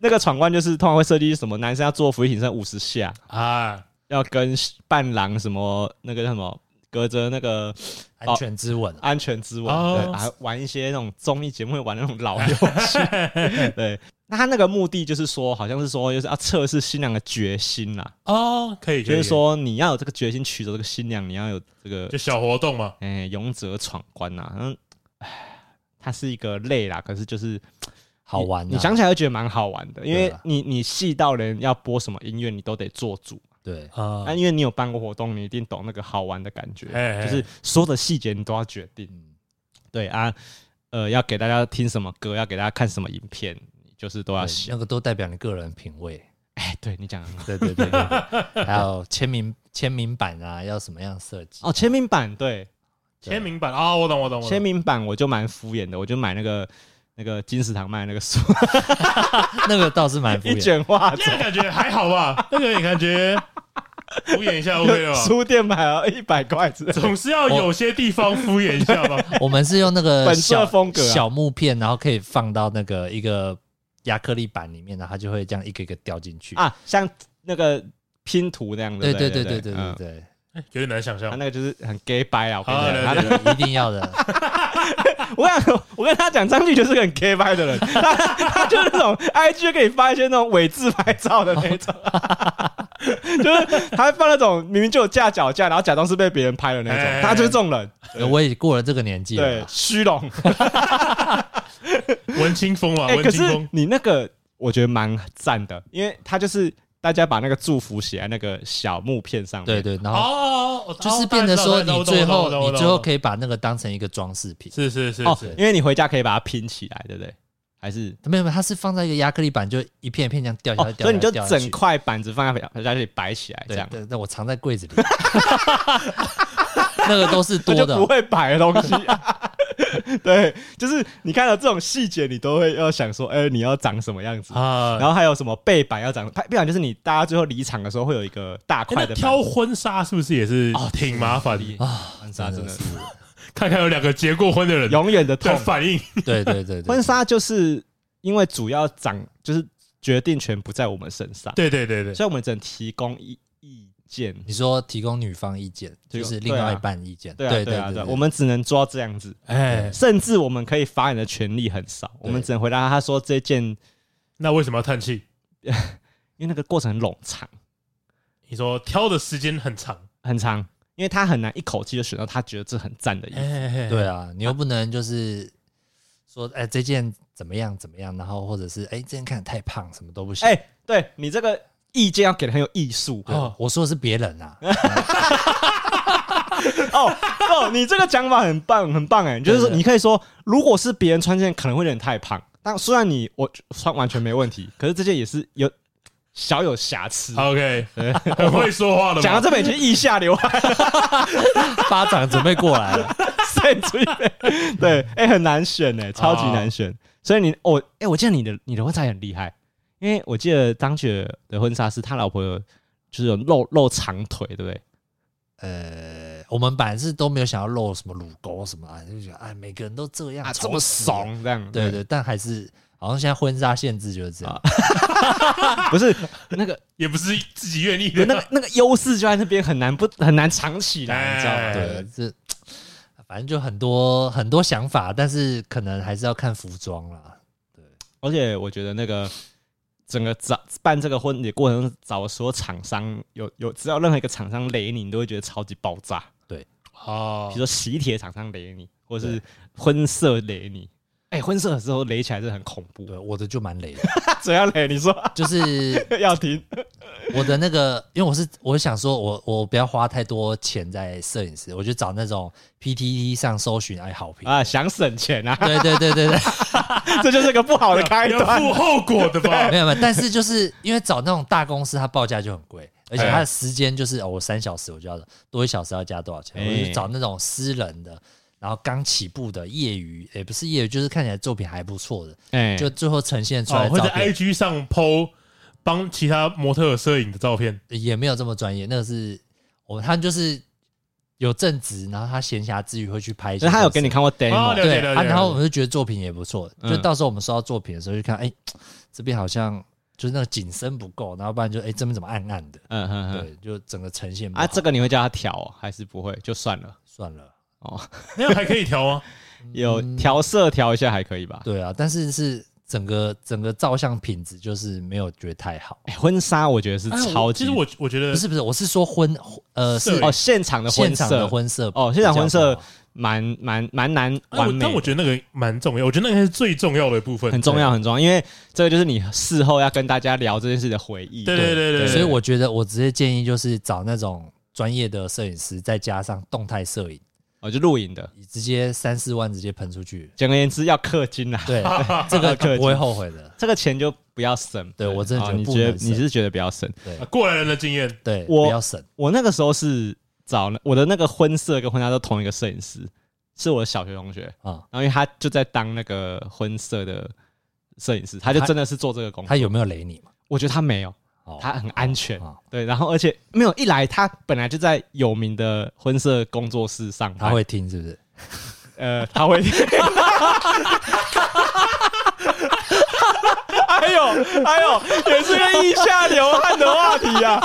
那个闯关就是通常会设计什么男生要做福利挺身五十下，
啊，
要跟伴郎什么那个叫什么，隔着那个
安全之吻啊、
安全之吻，
哦
对，还玩一些那种综艺节目会玩那种老游戏，对。那他那个目的就是说，好像是说就是要测试新娘的决心啦，
哦，可以，可
就
以
是，说你要有这个决心娶走这个新娘，你要有这个
可以就小活动嘛，
哎、勇者闯关呐、嗯，它是一个累啦，可是就是
好玩、啊
你，你想起来就觉得蛮好玩的，因为
对啊
你你戏到人要播什么音乐，你都得做主。
对，
啊
那、因为你有办过活动，你一定懂那个好玩的感觉，
哎哎
就是所有的细节你都要决定。
嗯，
对啊，呃，要给大家听什么歌，要给大家看什么影片，你就是都要
对
想。
那个都代表你个人品味。
哎，对你讲得很好
对对对对对，还有签名签名版啊，要什么样设计？
哦，签名版对
签名版啊，我懂，我懂，我懂
签名版我就蛮敷衍的，我就买那个。那个金石堂卖的那个书，
那个倒是蛮敷
一
衍。
卷袜子
那，个感觉还好 吧？那个也感觉敷衍一啊下 OK 了吧？
书店买了一百块之类的，
总是要有些地方敷衍一下吧。
哦
我们是用那个
本色
小
风格啊
小木片，然后可以放到那个一个亚克力板里面，然后它就会这样一个一个掉进去。
啊，像那个拼图那样的，
对
对
对对对
对嗯
对对对
有点难想
他
象。
那个就是很 gay 掰啊！我跟你
好
讲，他
了
那
解
个
对，一定要的。
我跟我跟他讲，张继就是个很 gay 掰的人，他他就是那种 IG 给你发一些那种伪自拍照的那种，就是他会放那种明明就有架脚架，然后假装是被别人拍的那
哎哎哎
种，他就是这种人，
我也过了这个年纪了
对
啦，，
虚荣。
文青风嘛，
哎、
文
可
青
是
风
你那个我觉得蛮赞的，因为他就是大家把那个祝福写在那个小木片上面，
对对，然后
哦，哦
就是变得说，你最后你最后
以
可以把那个当成一个装饰品。
是是是
哦
是，，
因为你回家可以把它拼起来，对不对？还是
没有没有，它是放在一个亚克力板，就一片一片这样掉下
哦
来，，掉
所以你就
掉下去
整块板子放在回家里摆起来，这
对
样，
对，那我藏在柜子里， 那个都是
那
多
就
的
不，会摆的东 西、对，就是你看到这种细节，你都会要想说，哎、你要长什么样
哦
子。
啊，
然后还有什么背板要长，背板就是你大家最后离场的时候会有一个大
哎
块
那
的板
挑婚纱是不是也是
哦
挺麻烦的？
啊，
婚纱真的是
看看有两个结过婚的人
永远的痛
的。反应，
对对对对，
婚纱就是因为主要长就是决定权不在我们身上，
对对对对，
所以我们只能提供意意见。
你说提供女方意见，
提供
就是另外一半意见，
对啊，
对
对啊，对
对
啊，我们只能做到这样子，
哎，
甚至我们可以发言的权利很少，我们只能回答他说这件，
那为什么要叹气？
因为那个过程很冗长，
你说挑的时间很长，
很长，因为他很难一口气就选到他觉得这很赞的衣服。
哎，
对啊，你又不能就是说，哎，这件怎么样怎么样，然后或者是哎，这件看起来太胖，什么都不行。
哎、对你这个意见要给的很有艺术
对
哦
我说的是别人啊，
哦你这个讲法很棒，很棒哎、就是
对对
你可以说，如果是别人穿这件，可能会有点太胖，但虽然你我穿完全没问题，可是这件也是有小有瑕疵。
OK，很会说话的嘛，
讲到这边已经腋下流汗，
巴掌准备过来了，
渗出一杯对，哎、很难选哎、超级难选。所以你，我、哎、我记得你的你的婚纱也很厉害，因为我记得张雪的婚纱是他老婆有就是有露露长腿，对不对？
呃，我们本来是都没有想要露什么乳沟什么啊，就觉得哎，每个人都这样，
啊，
丑
这么
死了，
怂这样，
对对，但还是好像现在婚纱限制就是这样，
不 是那个
也不是自己愿意
那
的，
个那个优势就在那边，很难不很难藏起来，你知道吗？
哎
对，这反正就很多很多想法，但是可能还是要看服装啦。
而且我觉得那个整个找办这个婚礼过程中，找所有厂商有有只要任何一个厂商雷你，你都会觉得超级爆炸。
哦
比如，说喜帖厂商雷你，或是婚色雷你。哎、婚色的时候雷起来是很恐怖
对，。我的就蛮累的，
怎样雷？你说
就是
要停？
我的那个，因为我是我想说我，我不要花太多钱在摄影师，我就找那种 PTT 上搜寻爱好评。
啊，想省钱 啊，
对对对对对，
这就是个不好的开
要
啊
端。
付后果的吧哦
没？有没有，但是就是因为找那种大公司，它报价就很贵，而且它
哎
的时间就是哦，我三小时我就要多一小时要加多少钱，
哎
我就找那种私人的，然后刚起步的业余，也不是业余，就是看起来作品还不错的，
哎、
就最后呈现出来
哦，
的
会
照
在
片
IG 上 PO 帮其他模特儿摄影的照片，
也没有这么专业，那个是我们他就是有正职，然后他闲暇之余会去拍一些
那
东西。
他有给你看过 demo？、
哦了解
对
了
啊，
解
然后
了
我们就觉得作品也不错，就
嗯
到时候我们收到作品的时候就看，哎，这边好像就是那个景深不够，然后不然就哎这边怎么暗暗的，
嗯嗯嗯。
对，就整个呈现不
啊，
好
这个你会叫他调哦、还是不会？就算了
算了，
哦。
那样还可以调吗？
有调色调一下还可以吧？
对啊，但是是整个整个照相品质就是没有觉得太好，
哎婚纱 我觉得是
哎我
超
其
级。
实我我觉
呃
得
不是不是，我是说婚呃
摄
是
影
哦，现场的
现
婚
场的
色
婚色
哦现场婚色
比较不好
蛮蛮蛮难
哎我
完美
但我
的，
觉得那个蛮重要，我觉得那个是最重要的部分，
很重要很重要，因为这个就是你事后要跟大家聊这件事的回忆。
对。对对对对，
所以我觉得我直接建议就是找那种专业的摄影师，再加上动态摄影，
哦，就录影的。
你直接三四万直接喷出去，
简而言之，要氪金啊，
对，这个
客气
不会后悔的。
这个钱就不要省。
对我真的
哦
觉得
你
不
觉得
能省
你是觉得不要省。
啊过来人的经验，
对，
我
不要省，
我那个时候是找那我的那个婚摄跟婚纱都同一个摄影师，是我的小学同学，
啊，
然后因为他就在当那个婚摄的摄影师，他就真的是做这个工作。
他有没有雷你嘛？
我觉得他没有，
哦
他很安全，
哦
对。然后而且没有一来，他本来就在有名的婚摄工作室上班，
他会听是不是？
呃，他 会。哎呦，哎呦，也是个腋下流汗的话题啊！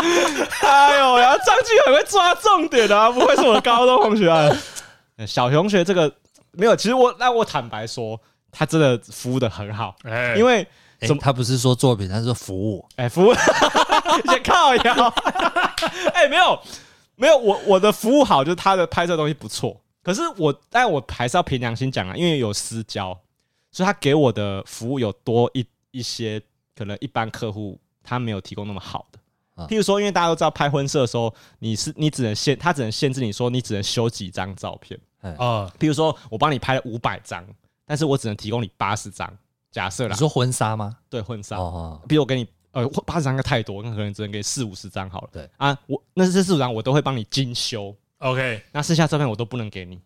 哎呦，然后张继很会抓重点啊，不愧是我的高中同学啊。 小熊学这个没有，其实我那我坦白说，他真的服务的很好，
哎，
因为
哎、
怎么
他不是说作品，他是说服务。
哎、服务 也靠腰， 哎、没有没有，我我的服务好，就是他的拍摄东西不错，可是我但我还是要凭良心讲啊，因为有私交，所以他给我的服务有多一一些，可能一般客户他没有提供那么好的。
啊
譬如说，因为大家都知道拍婚摄的时候，你是你只能限，他只能限制你说你只能修几张照片。
啊，
譬如说我帮你拍了五百张，但是我只能提供你八十张，假设
你
啦，
说婚纱吗？
对婚纱
哦哦，
比如我给你呃八十张个太多，那可能只能给四五十张好了。
对
啊，我那这四五张我都会帮你精修，
OK，
那剩下照片我都不能给你，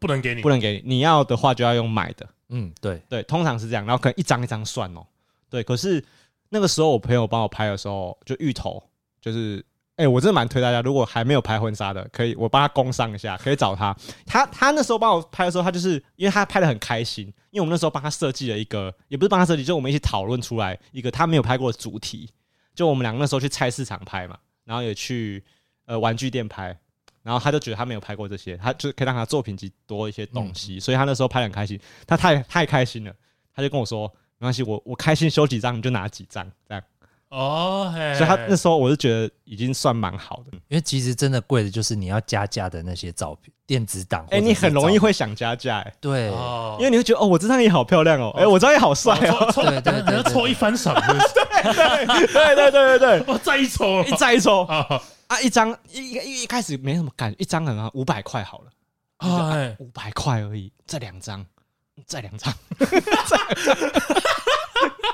不能给你
不，能给你。你要的话就要用买的，
嗯，对，
对，通常是这样，然后可能一张一张算哦。对，可是那个时候我朋友帮我拍的时候，就芋头，就是哎、我真的蛮推大家，如果还没有拍婚纱的，可以我帮他工商一下，可以找他。他他那时候帮我拍的时候，他就是因为他拍的很开心，因为我们那时候帮他设计了一个，也不是帮他设计，就我们一起讨论出来一个他没有拍过的主题。就我们两个那时候去菜市场拍嘛，然后也去呃玩具店拍，然后他就觉得他没有拍过这些，他就可以让他作品集多一些东西，所以他那时候拍的很开心，他太太开心了，他就跟我说没关系，我我开心修几张你就拿几张这样，
哦，嘿
所以他那时候我是觉得已经算蛮好的，
因为其实真的贵的就是你要加价的那些照片，电子档。
哎、你很容易会想加价、欸，
对，
哦
因为你会觉得哦我这张也好漂亮哦，哎、我这张也好帅哦，
抽
对对对
还要抽一番赏，真的 是
对对对对对。
我再一抽
一张一抽
啊
啊，一张一一一开始没什么感觉，一张可能五百块好了，
啊！哎
五百块而已，这两张，这两张，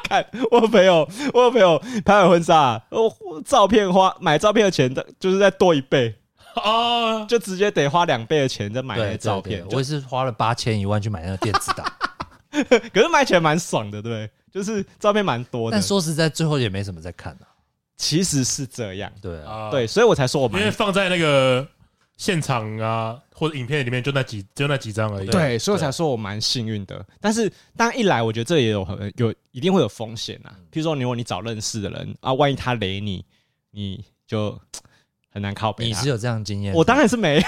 看我朋友，我朋友拍完婚纱、啊，我我照片花买照片的钱的，就是再多一倍，
哦，
就直接得花两倍的钱再买那
对
些
对
照片
对。
就
我也是花了八千一万去买那个电子档，
可是买起来蛮爽的，对不对？就是照片蛮多的
但。说实在，最后也没什么在看啊。
其实是这样，
对啊，
啊，
对，所以我才说我
因为
蛮
放在那个现场啊或者影片里面就那几就那几张而已。
对，所以我才说我蛮幸运的。但是当然一来，我觉得这也有很有一定会有风险啊。
嗯
譬如说，如果你找认识的人啊，万一他雷你，你就很难靠背
你
他。
是有这样的经验
啊
的，
我当然是没有，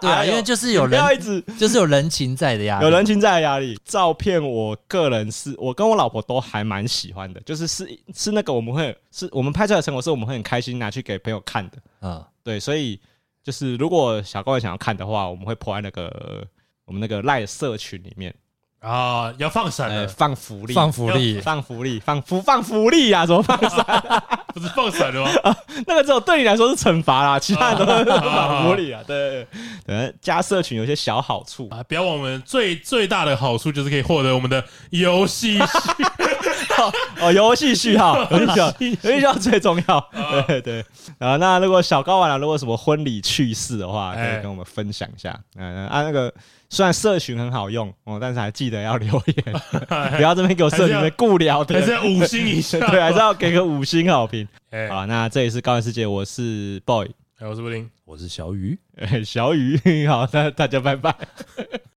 对啊，
哎呦
因为就是有
不要一
人，
直
就是有人情在的呀。
有人情债的压力。照片，我个人是我跟我老婆都还蛮喜欢的，就是是是那个我们会是我们拍出来的成果是我们会很开心拿去给朋友看的。
嗯，
对，所以就是如果小高也想要看的话，我们会破在那个我们那个赖社群里面，
啊，要放闪
呃，
了，
放福利，
放福利
要放福利，放福放福利啊，怎么放？
不是放闪了吗？
那个只有对你来说是惩罚啦，其他人都是放福利啊。对对对，可能加社群有一些小好处，
啊，不要忘我们最最大的好处就是可以获得我们的游 戏室
哦，游戏序号， 游戏序号，游戏序号最重要。对对啊，那如果小高完了，如果有什么婚礼趣事的话，可
哎
以跟我们分享一下。嗯啊，那个虽然社群很好用哦，但是还记得要留 言，不要这边给我社群里面顾聊
还是
天。
要五星以上。
对，还是要给个五星好评。
哎，
好，那这里是高玩世界，我是 boy 呃
哎我是布丁。
我是小雨。
哎小雨。好，那大家拜拜。